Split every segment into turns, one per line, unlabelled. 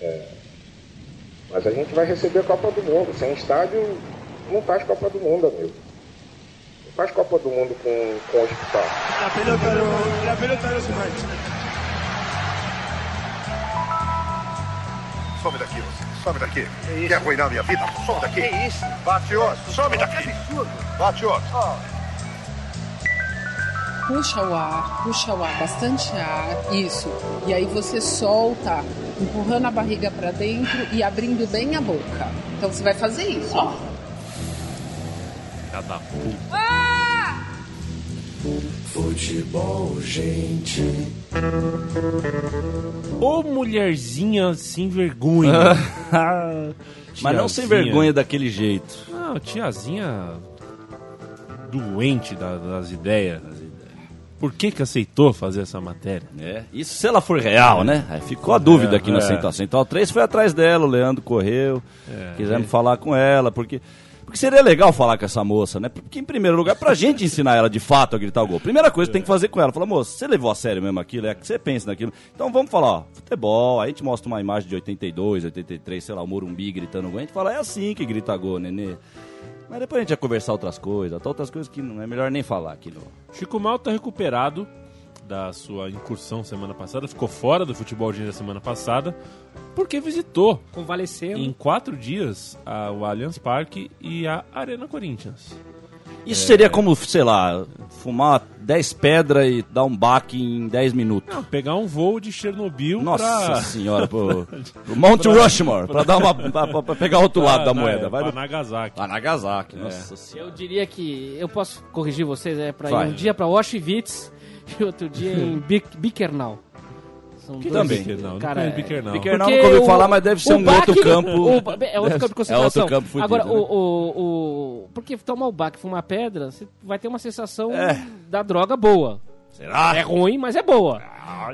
É. Mas a gente vai receber a Copa do Mundo. Sem estádio, não faz Copa do Mundo, amigo. Não faz Copa do Mundo com, com hospital.
La pelota no, la pelota no se mancha.
Some daqui, você. Some daqui. Quer arruinar minha vida? Some daqui. É isso? É, Bate outro. Some daqui. Bate outro.
Puxa o ar, puxa o ar, bastante ar, isso. E aí você solta, empurrando a barriga para dentro e abrindo bem a boca. Então você vai fazer isso, ó.
Filha da puta.
Futebol, gente.
Ô mulherzinha sem vergonha.
Ah. Mas não sem
Tiazinha.
vergonha daquele jeito.
Ah, tiazinha doente da- das ideias. Por que que aceitou fazer essa matéria?
É. Isso se ela for real, né? Aí ficou a dúvida aqui na Central. Central 3 foi atrás dela, o Leandro correu. Quisemos falar com ela, porque. Porque seria legal falar com essa moça, né? Porque, em primeiro lugar, pra gente ensinar ela de fato a gritar o gol. Primeira coisa que tem que fazer com ela. Fala, moça, você levou a sério mesmo aquilo? É que você pensa naquilo. Então vamos falar, ó, futebol. Aí a gente mostra uma imagem de 82, 83, sei lá, o Morumbi gritando gol. A gente fala, é assim que grita gol, nenê. Mas depois a gente vai conversar outras coisas, até outras coisas que não é melhor nem falar aqui no,
Chico Mal tá recuperado da sua incursão semana passada, ficou fora do futebol de da semana passada, porque visitou
Convalesceu.
em quatro dias a- o Allianz Parque e a Arena Corinthians.
Isso seria como, sei lá, fumar 10 pedras e dar um baque em 10 minutos.
Não, pegar um voo de
Um
Chernobyl
Nossa
pra,
senhora, pro, pro Mount Rushmore, pra, dar uma, pra, pra- pra pegar outro lado da moeda. Vai
pra
do-
Nagasaki.
pra Nagasaki, nossa
Eu
senhora.
diria que. Eu posso corrigir vocês, é pra
Vai.
ir um dia pra Auschwitz e outro dia em Bic- Bickernau. São
Que
dois-
também.
Bickernau, não
Cara,
tem
é-
Bickernau.
Bickernau. nunca ouvi falar, mas deve ser
o
um outro campo.
o- é
Deve-
outro campo de concentração.
é outro campo fudido,
Agora,
né?
o, o, o- Porque tomar o baque e fumar pedra, você vai ter uma sensação da droga boa.
É. Será?
É ruim, mas é boa.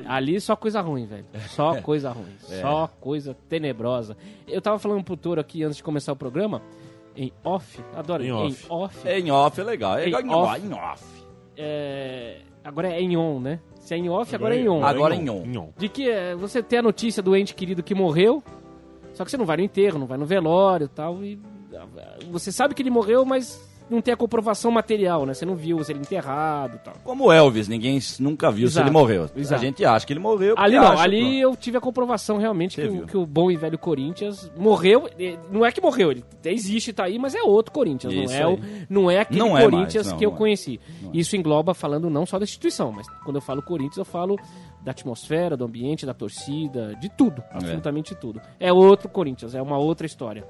Ali só coisa ruim, velho.
É.
Só coisa ruim. Só coisa tenebrosa. Eu tava falando pro Toro aqui antes de começar o programa. Em off, adoro.
Em
Em
off.
off.
É em off, é legal. É
Em
legal em
off.
off. Em off.
É, Agora é em on, né? Se é em off, agora, é em on.
Agora é em on.
De que é, você tem a notícia do ente querido que morreu, só que você não vai no enterro, não vai no velório e tal, e ah, você sabe que ele morreu, mas não tem a comprovação material, né? Você não viu se ele enterrado e tal.
Como Elvis, ninguém s- nunca viu se
Exato,
ele morreu.
exato.
A gente acha que ele morreu. porque
Ali não,
acha,
ali
pronto.
eu tive a comprovação realmente
Você
que
viu. né?
o, que o bom e velho Corinthians morreu. eh, Não é que morreu, ele existe, tá aí, mas é outro Corinthians. Não
Isso
é, o,
aí.
não é aquele
Não é mais,
Corinthians
não,
que eu
não é.
conheci. Isso engloba falando não só da instituição, mas quando eu falo Corinthians, eu falo da atmosfera, do ambiente, da torcida, de tudo, absolutamente tudo. É outro Corinthians, é uma outra história.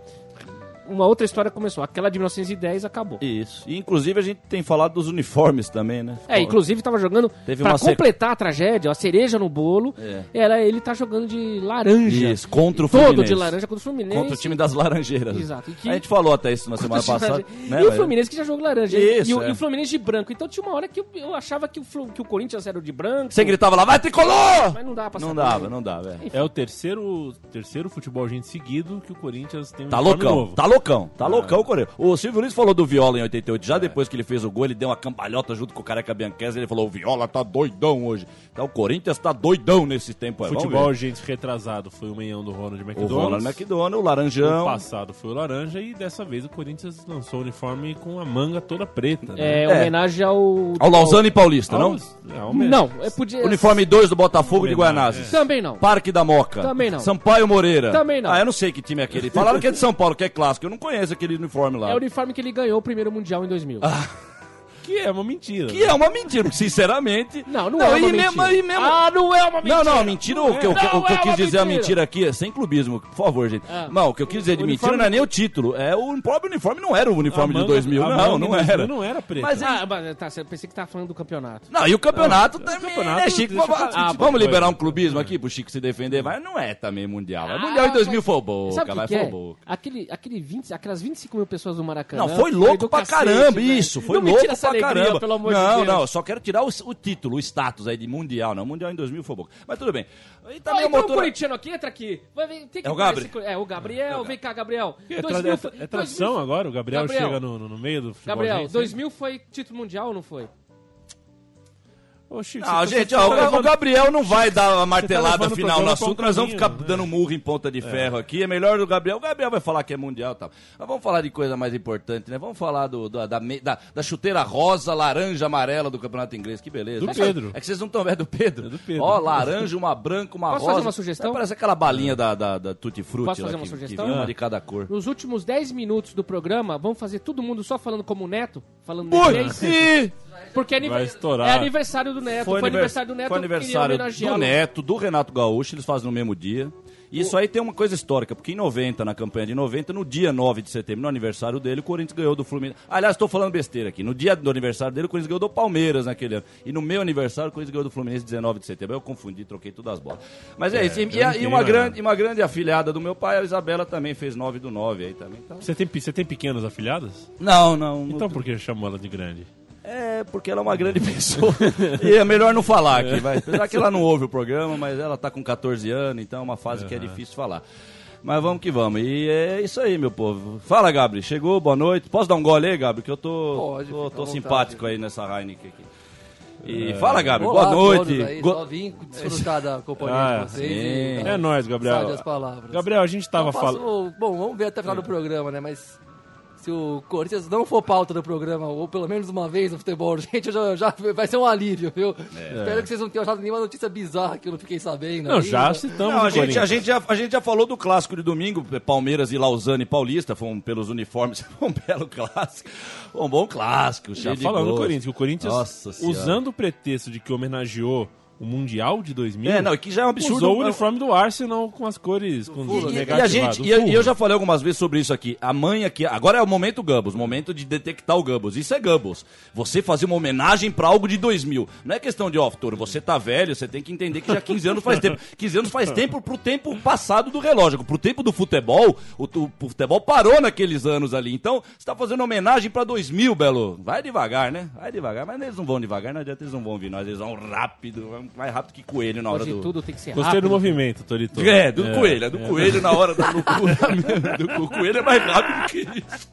Uma outra história começou, aquela de 1910 acabou.
Isso. E, inclusive, a gente tem falado dos uniformes também, né?
É, inclusive tava jogando
Teve
pra
uma sequ-
completar a tragédia, a cereja no bolo.
É.
Era ele tá jogando de laranja.
Isso, contra o
Todo
Fluminense.
de laranja contra o Fluminense.
Contra o time das Laranjeiras.
Exato. E que-
A gente falou até isso na semana
Contra o time
passada.
laranja.
né,
e o
velho?
Fluminense que já jogou laranja.
Isso,
e, o,
é.
e o Fluminense de branco. Então tinha uma hora que eu, eu achava que o, Flu- que o Corinthians era o de branco.
Você gritava lá, vai tricolor!
Mas não dava pra
Não
saber. né?
dava, não dava. É.
É o terceiro, terceiro futebol gente seguido que o Corinthians tem um
Tá
uniforme
loucão,
novo.
tá loucão,
Ah.
tá loucão o Corinthians. O Silvio Luiz falou do Viola em 88,
É.
já depois que ele fez o gol, ele deu uma cambalhota junto com o Careca Bianchese, ele falou, o Viola tá doidão hoje. Então o Corinthians tá doidão nesse tempo. aí. Vamos
Futebol
ver.
gente retrasado foi o Meião do Ronald
O
McDonald.
Ronald McDonald, o
O
Laranjão.
passado foi o laranja e dessa vez o Corinthians lançou o uniforme com a manga toda preta. né?
É, homenagem ao.
Ao Lausanne Paulista, não?
É, ao menos.
Não, é, podia. assim.
Uniforme 2 do Botafogo de Guanazes.
Também não.
Parque da Moca.
É. Também não.
Sampaio Moreira.
Também não.
Ah, eu não sei que time é aquele. Falaram que é de São Paulo, que é clássico. Eu não conheço aquele uniforme lá.
É o uniforme que ele ganhou o primeiro Mundial em 2000.
Ah.
Que é uma mentira.
Que é uma mentira, porque sinceramente.
Não, não, é uma
e
mentira.
Mesmo, e mesmo...
Ah, não é uma mentira.
Não, não, mentira, o que, eu-
Não
o que
é
eu quis
uma
dizer a mentira
mentira
aqui é sem clubismo, por favor, gente.
Ah.
não, o que eu quis dizer de
O
mentira
uniforme-
não é nem o título, é o próprio uniforme não era o
A
uniforme de
manga-
2000,
a
não,
manga
não
de 2000
era.
Não era preta.
Mas
Ah, mas tá, eu pensei que tava falando do campeonato.
não, e o
Ah,
campeonato também,
campeonato,
né,
deixa
Chico?
eu
Vamos,
falar-
ah,
tipo,
vamos liberar
coisa.
um clubismo aqui pro Chico se defender, vai, não é também mundial. É
é. Ah,
mundial em 2000
mas-
foi o boca,
Sabe o
vai
que, que
foi o
é?
boca.
Aquele, aquele 20, aquelas 25 mil pessoas do Maracanã.
Não, foi louco
é do
pra
cacete,
caramba,
velho.
isso, foi
não me
louco
tira essa
pra
alegria,
caramba.
pelo amor
não,
de Deus.
não, eu só quero tirar o, o título, o status aí de mundial, não, mundial em 2000 foi o boca. Mas tudo bem. E
Tá,
também
então
o
o
motor...
corintiano aqui, entra aqui. Vai, vem, tem que
É o
entrar
Gabri.
esse- É, o Gabriel, vem cá, Gabriel.
É, tra-
2000
é-
foi-
é tradição
2000
agora, o Gabriel,
então, Gabriel.
chega no, no- no meio do futebol.
Gabriel,
gente,
2000 foi título mundial, não foi?
Ô, Chico, você
Não,
tá-
gente,
você
ó,
tá
o- o
levando- tá
Gabriel não vai dar a martelada
levando o
final no
programa pra um
assunto, nós vamos ficar
caminho, né?
dando murro em ponta de ferro aqui. É melhor do Gabriel. O Gabriel vai falar que é mundial e tal. Mas vamos falar de coisa mais importante, né? Vamos falar do, do- da, me- da, da chuteira rosa, laranja, amarela do Campeonato Inglês. Que beleza.
Do
é
Pedro.
Que, é que vocês não estão vendo é do Pedro.
É do Pedro.
Ó, laranja, uma branca, uma
Posso
rosa.
fazer uma sugestão?
Mas Parece aquela balinha
É.
da, da, da Tutti Frutti
Posso
lá,
fazer uma
que, que
sugestão?
vinha uma
Ah.
de cada cor.
Nos últimos 10 minutos do programa, vamos fazer todo mundo só falando como o Neto, falando inglês.
Ih!
Porque é, anive-
Vai estourar.
é aniversário do Neto. Foi, aniversário do Neto,
foi
eu queria
aniversário do
homenageá-lo.
Neto, do Renato Gaúcho, eles fazem no mesmo dia. E isso aí tem uma coisa histórica, porque em 90, na campanha de 90, no dia 9 de setembro, no aniversário dele, o Corinthians ganhou do Fluminense. Aliás, estou falando besteira aqui. No dia do aniversário dele, o Corinthians ganhou do Palmeiras naquele ano. E no meu aniversário, o Corinthians ganhou do Fluminense 19 de setembro. Eu confundi, troquei todas as bolas. Mas é, isso. E, e a- e
entendo,
uma
né?
grande, e uma grande afilhada do meu pai, a Isabela, também fez 9 do 9 aí também. Então...
Você tem, pe- você tem pequenas afilhadas?
Não, não.
Então por que chamou ela de grande?
É, porque ela é uma grande pessoa. e é melhor não falar aqui, vai. Apesar que ela não ouve o programa, mas ela tá com 14 anos, então é uma fase que é difícil falar. Mas vamos que vamos. E é isso aí, meu povo. Fala, Gabri. Chegou, boa noite. Posso dar um gole aí, Gabri? Que eu tô,
Pode,
tô,
fica
tô
à vontade.
simpático aí nessa Heineken aqui. E
É.
fala, Gabri.
Olá
Boa
a
noite.
todos aí,
Go-
Só vim desfrutar da companhia
Ah,
de vocês.
sim.
e da-
É nóis, Gabriel.
Sabe as palavras.
Gabriel, a gente tava
Eu faço-
falando.
Bom, vamos ver até o final do programa, né? Mas se o Corinthians não for pauta do programa, ou pelo menos uma vez no futebol, gente, eu já, já- vai ser um alívio, viu? Espero que vocês não tenham achado nenhuma notícia bizarra que eu não fiquei sabendo.
É. Não,
aí,
já
né?
citamos
Não, a
o
gente,
Corinthians.
a, gente já, a gente já falou do clássico de domingo, Palmeiras e Lausanne e Paulista, foi um- pelos uniformes, foi um belo clássico. Foi um bom clássico, cheio
Já
de
falando do
gols.
Corinthians. que O Corinthians,
Nossa Senhora.
usando o pretexto de que homenageou o Mundial de 2000,
É, não, e que já é um absurdo.
usou o
É um-
uniforme né, do Arsenal com as cores com
E,
os
e- e a
negativados,
gente,
o
e, eu- e eu
Fulham.
já falei algumas vezes sobre isso aqui. A mãe aqui, agora é o momento Gambus, momento de detectar o Gambus. Isso é Gambus. Você fazer uma homenagem pra algo de 2000. Não é questão de, ó, Toro, você tá velho, você tem que entender que já 15 anos faz tempo. 15 anos faz tempo pro tempo passado do relógio, pro tempo do futebol. O, tu- o futebol parou naqueles anos ali. Então, você tá fazendo homenagem pra 2000, Belo. Vai devagar, né? Vai devagar, mas eles não vão devagar, não adianta, eles não vão ouvir nós, eles vão rápido, mais rápido que coelho na hora
Hoje
do
tudo tem que ser
Gostei do
rápido.
movimento, Torito.
é, do coelho, é do coelho na hora da loucura mesmo. Do, o coelho é mais rápido que isso.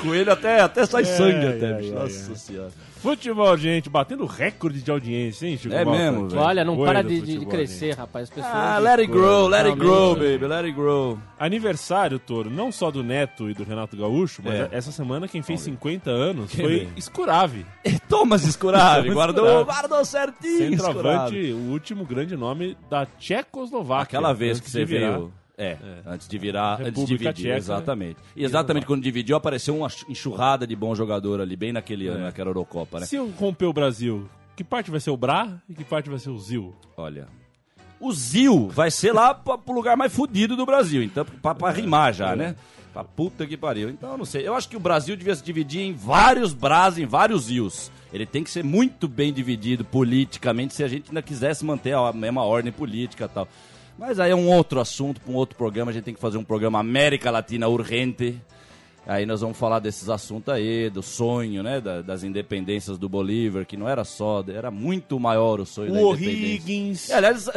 Coelho até, até
É,
sai sangue, até, bicho. Nossa senhora.
Futebol, gente, batendo recorde de audiência, hein, Chico
É
Malta?
mesmo,
Que
velho.
Olha, não
coisa
para
do
de, de
futebol,
crescer,
gente.
rapaz. As pessoas
Ah, let it grow, let it
Realmente,
é.
grow,
né?
baby, let it grow.
Aniversário, Toro, não só do Neto e do Renato Gaúcho, mas
É.
essa semana quem fez 50 anos
Quem
foi
vem?
Escurave.
Eh, Thomas Escurave,
Thomas
guardou,
Escurave.
guardou certinho, Escurave.
Centroavante, o último grande nome da Tchecoslováquia.
Aquela vez
Antes
que
de
você
virar.
veio... É, antes de virar, antes de
República
dividir,
Tcheca, né?
exatamente. E exatamente quando dividiu, apareceu uma enxurrada de bom jogador ali, bem naquele
É.
ano, naquela Eurocopa, né?
Se eu romper o Brasil, que parte vai ser o Bra e que parte vai ser o Zil?
Olha. O Zil vai ser lá pra, pro lugar mais fudido do Brasil, então, pra, pra rimar já, né? Pra puta que pariu. Então, eu não sei. Eu acho que o Brasil devia se dividir em vários Bras, em vários Zils. Ele tem que ser muito bem dividido politicamente se a gente ainda quisesse manter a mesma ordem política e tal. Mas aí é um outro assunto, pra um outro programa. A gente tem que fazer um programa América Latina urgente. Aí nós vamos falar desses assuntos aí, do sonho, né? da- das independências do Bolívar, que não era só, era muito maior o sonho da
O
independência.
Higgins
É, aliás,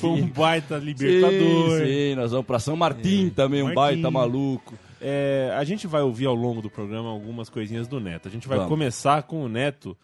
foi um baita libertador. É,
Libertador. Sim, sim, nós vamos pra São Martim também, um
Martim.
baita maluco.
É, a gente vai ouvir ao longo do programa algumas coisinhas do Neto. A gente vai
Vamos.
começar com o Neto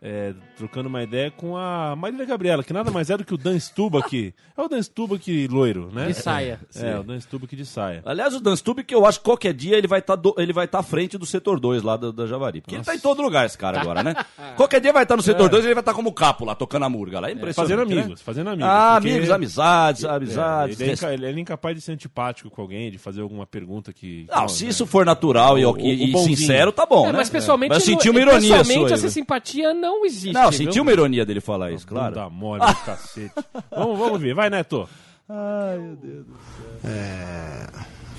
é, trocando uma ideia com a Marília Gabriela, que nada mais é do que o Dan Stubach. É o Dan Stubach loiro, né?
De saia.
É, o Dan Stubach de saia.
Aliás, o Dance Tube, que eu acho que qualquer dia ele vai estar ele vai tá à frente do setor 2 lá da, da Javari. Porque ele tá em todo lugar, esse cara agora, né? qualquer dia vai estar no setor 2 e ele vai estar como capo lá, tocando a murga lá. É impressionante.
É. Fazendo
né?
amigos, fazendo amigos.
Ah,
porque-
amigos, amizades,
É,
amizades.
ele, é
res-
inca- ele é incapaz de ser antipático com alguém, de fazer alguma pergunta que. é
Não,
que-
se isso for natural e,
O- o
e- e
bonzinho.
sincero, tá bom,
É,
né?
mas pessoalmente,
Mas eu senti
não- é.
é
uma ironia
pessoalmente
sua,
essa
né?
simpatia não existe.
Não, eu
viu?
senti uma ironia dele falar isso,
Claro.
claro.
mole, do cacete. Vamos, vamos ver, vai, Neto.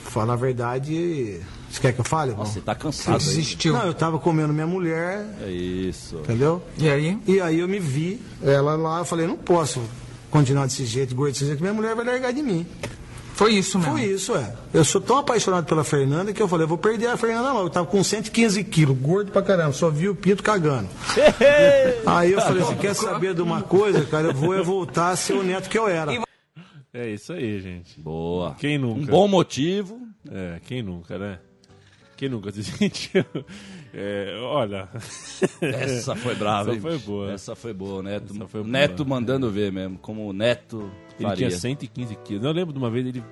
Falar a verdade. Você quer que eu fale? irmão?
Você tá cansado aí.
Não, eu tava comendo minha mulher,
É isso.
entendeu?
E aí?
E aí eu me vi, ela lá, eu falei, não posso continuar desse jeito, gordo desse jeito, que minha mulher vai largar de mim.
Foi isso mesmo.
Foi isso, é. Eu sou tão apaixonado pela Fernanda que eu falei, eu vou perder a Fernanda lá. Eu tava com 115 quilos, gordo pra caramba, só vi o pinto cagando. aí eu falei, você
Tá
quer saber de uma coisa, cara? Eu vou é voltar a ser o neto que eu era.
É isso aí, gente.
Boa.
Quem nunca?
Um bom motivo.
É, quem nunca, né? Quem nunca se sentiu? É, olha.
Essa foi brava,
É. Essa
hein?
foi boa.
Essa foi boa, Neto.
Essa foi boa.
Neto mandando ver mesmo, como o Neto
Ele
faria.
tinha 115 quilos. Eu lembro de uma vez ele,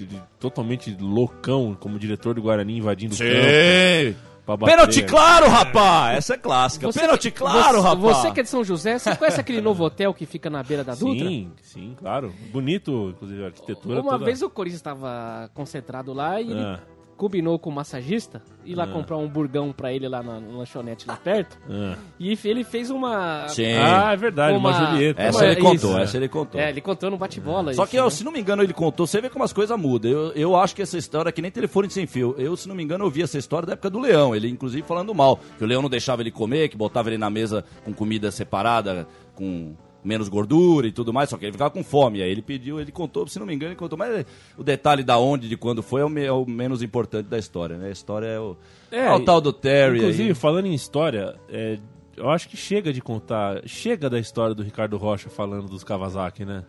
ele totalmente loucão, como diretor do Guarani, invadindo o
Sim.
campo. pra bater.
Pênalti claro, rapaz! Essa é clássica. Pênalti claro,
você,
rapaz!
Você que é de São José, você conhece aquele novo hotel que fica na beira da Dutra?
Sim, sim, claro. Bonito, inclusive, a arquitetura.
Uma
toda-
vez o Corinthians estava concentrado lá e
Ah.
ele combinou com o massagista ir lá
Ah.
comprar um burgão pra ele lá na lanchonete lá perto.
Ah.
E f- ele fez uma.
Sim.
Ah, é verdade, uma Julieta.
Essa
Uma-
ele contou,
isso.
essa ele contou.
É, ele contou no bate-bola.
Só
isso,
que, eu,
né?
se não me engano, ele contou. Você vê como as coisas mudam. Eu, eu acho que essa história é que nem telefone sem fio. Eu, se não me engano, eu vi essa história da época do Leão. Ele, inclusive, falando mal. Que o Leão não deixava ele comer, que botava ele na mesa com comida separada, com menos gordura e tudo mais. Só que ele ficava com fome. Aí ele pediu, ele contou, se não me engano, ele contou. Mas o detalhe da onde, de quando foi, é o, me- é o menos importante da história, né? A história é o, é, o tal do Terry
Inclusive,
aí.
falando em história, é, eu acho que chega de contar. Chega da história do Ricardo Rocha falando dos Kawasaki, né?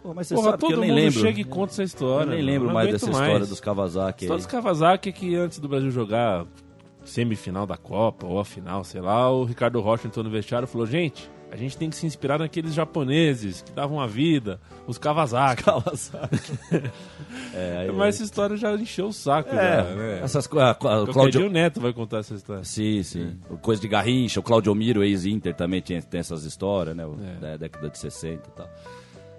Pô, mas você
Porra,
sabe
todo
que eu nem
mundo
lembro.
chega e conta essa história.
Eu nem
mano.
lembro
Não
mais
aguento
dessa história dos Kawasaki aí.
Todos Kawasaki que antes do Brasil jogar semifinal da Copa ou a final, sei lá, o Ricardo Rocha entrou no vestiário e falou: gente, a gente tem que se inspirar naqueles japoneses que davam a vida, os Kawasaki.
Kawasaki. É, aí-
Mas essa história já encheu o saco,
É,
já, né?
essas coisas.
Qualquer dia
Cláudio.
o Neto vai contar essa história.
Sim,
Né?
sim. O Coisa de Garrincha, o Claudio Miro, ex-Inter, também tinha, tem essas histórias, né? O-
É.
Da década de 60 e tal.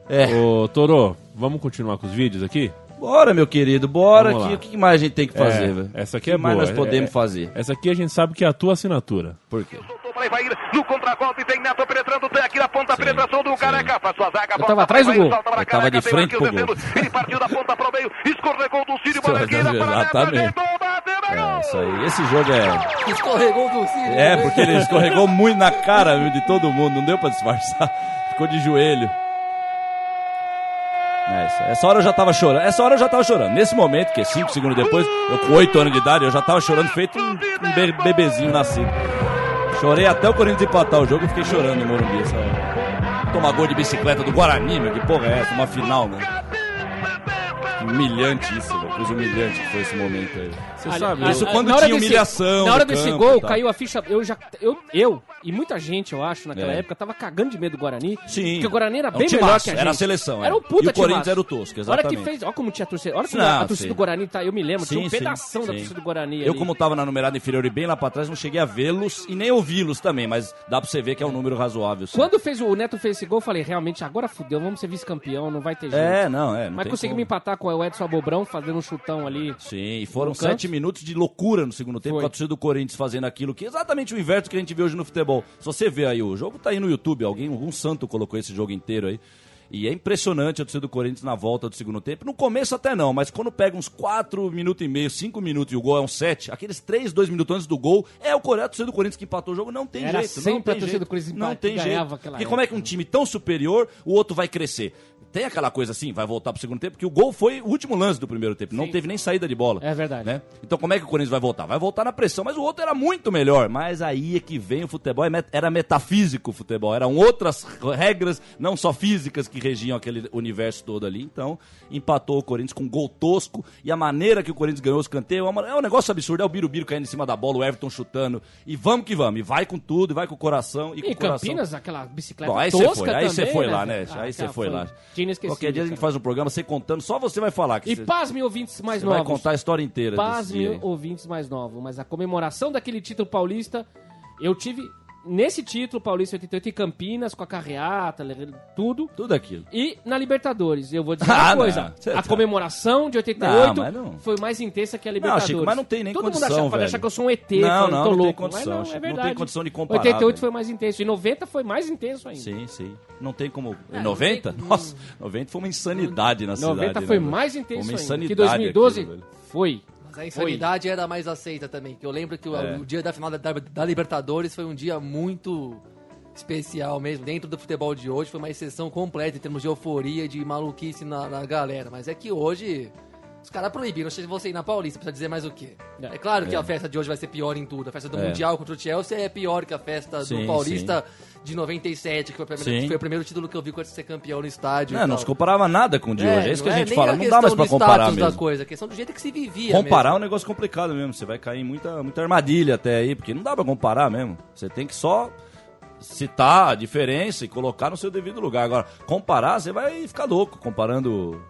É.
Ô, Toro, vamos continuar com os vídeos aqui?
Bora, meu querido, bora.
Vamos
Que,
lá.
o que mais a gente tem que fazer,
É,
velho?
Essa aqui
O que
é
mais
boa.
nós podemos
É,
fazer?
Essa aqui a gente sabe que é a tua assinatura.
Por quê?
Soltou para Ivair, no contragolpe tem Neto penetrando, tem aqui na ponta, penetração do Careca, faz sua zaga,
tava atrás do
Ivair,
gol.
solta pra
Eu tava de
tem
frente
Marquinhos
pro gol.
descendo, Ele partiu da ponta para o meio, escorregou do Círio, bola
Escorregou,
esquerda para Neto,
exatamente.
ajeitou, bateu, é
É,
gol!
isso aí. Esse jogo é.
Escorregou né? do Círio.
É, porque ele escorregou muito na cara viu, de todo mundo, não deu pra disfarçar. Ficou de joelho. É isso. Essa hora eu já tava chorando. Essa hora eu já tava chorando. Nesse momento, que é 5 segundos depois, eu com 8 anos de idade, eu já tava chorando feito um, um be- bebezinho nascido. Chorei até o Corinthians empatar o jogo e fiquei chorando no Morumbi essa hora. Tomar gol de bicicleta do Guarani, meu, que porra é essa? Uma final, né? Que Humilhante isso, velho. Coisa humilhante que foi esse momento aí. Você
Ali-
sabe,
a-
isso
a-
quando
na hora
tinha
desse-
humilhação.
Na hora
no
desse
campo e
gol,
tal.
caiu a ficha. Eu já. Eu, eu e muita gente, eu acho, naquela
É.
época, tava cagando de medo do Guarani.
Sim.
Porque o Guarani era
É um
bem
timaço,
melhor que a gente.
era a seleção, é.
Era um puta
E o Corinthians
timaço.
era o tosco,
Olha
exatamente.
que fez. Olha como tinha a torcida. Olha como
Não,
a torcida
sim.
do Guarani tá. Eu me lembro, tinha um
Sim, sim,
pedação da
sim.
torcida do Guarani.
Eu,
ali.
como tava na numerada inferior e bem lá pra trás, não cheguei a vê-los e nem ouvi-los também, mas dá pra você ver que é um número razoável. sim.
Quando fez o o Neto fez esse gol, eu falei, realmente, agora fudeu, vamos ser vice-campeão, não vai ter jeito.
É, não, é. Não
Mas
tem
conseguimos
como.
empatar com o Edson Abobrão, fazendo um chutão ali.
Sim, e foram
No canto.
sete minutos de loucura no segundo tempo,
Foi.
com a torcida do Corinthians fazendo aquilo que é exatamente o inverso que a gente vê hoje no futebol. Se você vê aí, o jogo tá aí no YouTube, alguém, algum santo colocou esse jogo inteiro aí. E é impressionante a torcida do Corinthians na volta do segundo tempo. No começo até não, mas quando pega uns 4 minutos e meio, 5 minutos e o gol é um 7, aqueles 3, 2 minutos antes do gol, é o Corinthians, a torcida do Corinthians que empatou o jogo, não tem
Era
jeito. não
sempre
tem
a torcida
jeito,
do Corinthians
Não
empate-
tem
ganhava
jeito.
aquela
E como é que um time tão superior, o outro vai crescer? Tem aquela coisa assim, vai voltar pro segundo tempo, que o gol foi o último lance do primeiro tempo, não teve nem saída de bola.
É verdade.
né? Então como é que o Corinthians vai voltar? Vai voltar na pressão, mas o outro era muito melhor. Mas aí é que vem o futebol, é met- era metafísico o futebol, eram outras regras, não só físicas, que regiam aquele universo todo ali. Então empatou o Corinthians com um gol tosco e a maneira que o Corinthians ganhou os canteiros é uma- é um negócio absurdo. É o Birubiru caindo em cima da bola, o Everton chutando. E vamos que vamos, e vai com tudo, e vai com o coração. E, com
E
o coração.
Campinas, aquela bicicleta
Bom, aí você
tosca Ah,
foi, aí
você
você foi lá, né? aí você
tá,
foi lá. Qualquer dia a gente faz um programa, você contando, só você vai falar. Que
E
você,
pasme ouvintes mais
você
novos.
vai contar a história inteira desse
Pasme
dia. aí.
ouvintes mais novos. Mas a comemoração daquele título paulista, eu tive nesse título paulista 88 em Campinas, com a carreata, tudo.
Tudo aquilo.
E na Libertadores, eu vou dizer
Ah,
uma
não.
coisa.
Cê
A
tá-
comemoração de 88
Não, mas não.
foi mais intensa que a
Não,
Libertadores.
Chico, mas não tem nem
Todo
condição,
mundo acha, pode
velho.
achar que eu sou um ET,
Não,
falando,
não,
tô
não tem
louco.
condição,
mas não,
Chico,
é
não tem
verdade.
condição de comparar,
88
velho.
foi mais intenso. E 90 foi mais intenso ainda.
Sim, sim. Não tem como.
Ah,
Em 90?
não tem-
Nossa, 90 foi uma insanidade na cidade.
90
né,
foi
velho?
mais
Foi
intenso
uma
ainda.
insanidade.
Que 2012
aquilo, velho.
foi.
Mas a insanidade era mais aceita também. Que eu lembro que o,
É.
o dia da final da, da- da Libertadores foi um dia muito especial mesmo. Dentro do futebol de hoje foi uma exceção completa em termos de euforia, de maluquice na, na galera. Mas é que hoje Os caras proibiram você ir na Paulista, precisa dizer mais o quê? É, claro que
É.
a festa de hoje vai ser pior em tudo. A festa do
É.
Mundial contra o Chelsea é pior que a festa
Sim,
do Paulista de 97, que foi, a primeira-
Sim.
foi o primeiro título que eu vi quando ser campeão no estádio. e
Não, não
tal.
se comparava nada com o de hoje. É isso que a
não
gente
nem
fala.
a
Não dá mais
questão
pra
do
comparar
status
mesmo.
da coisa, é a questão do jeito que se vivia
Comparar é
mesmo.
um negócio complicado mesmo. Você vai cair em muita, muita armadilha até aí, porque não dá pra comparar mesmo. Você tem que só citar a diferença e colocar no seu devido lugar. Agora, comparar, você vai ficar louco comparando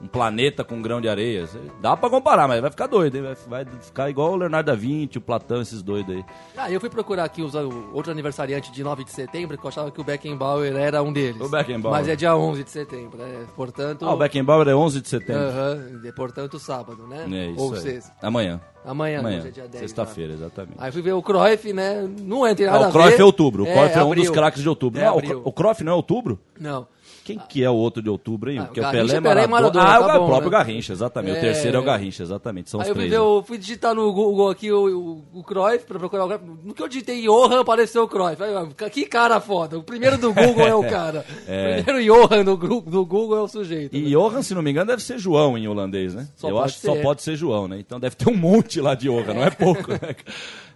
um planeta com um grão de areia. Você- Dá pra comparar, mas vai ficar doido. hein? Vai, vai ficar igual o Leonardo da Vinci, o Platão, esses doidos aí.
Ah, eu fui procurar aqui os, o outro aniversariante de 9 de setembro, que eu achava que o Beckenbauer era um deles.
O Beckenbauer.
Mas é dia 11 de setembro, né? Portanto...
Ah, o Beckenbauer é 11 de setembro.
Aham, de- portanto sábado, né?
É isso
Ou
aí.
sexta.
Amanhã.
Amanhã, hoje é dia 10,
Sexta-feira, exatamente.
Aí fui ver o Cruyff, né? Não é, tem
Ah,
nada
o Cruyff
a ver.
é outubro. O Cruyff é, um
abril.
dos craques de outubro.
É
Não, o
abril.
Cro- o Cruyff não é outubro?
Não.
Quem que é o outro de outubro, hein? Porque é o
Ah, Garrincha,
Pelé
Pelé e
Maradona.
Maradona,
ah,
tá
o
bom,
próprio
né?
Garrincha, exatamente.
É.
O terceiro é o Garrincha, exatamente. São
Aí
os
eu fui,
três.
ver,
né?
eu fui digitar no Google aqui o, o, o Cruyff pra procurar o Cruyff. No que eu digitei Johan apareceu o Cruyff. Aí, eu, que cara foda. O primeiro do Google é o cara.
É.
O primeiro Johan do, gru- do Google é o sujeito.
E Johan, se não me engano, deve ser João em holandês, né?
Só
eu
pode
acho que só
ser.
pode ser João, né? Então deve ter um monte lá de Johan, não é pouco. né?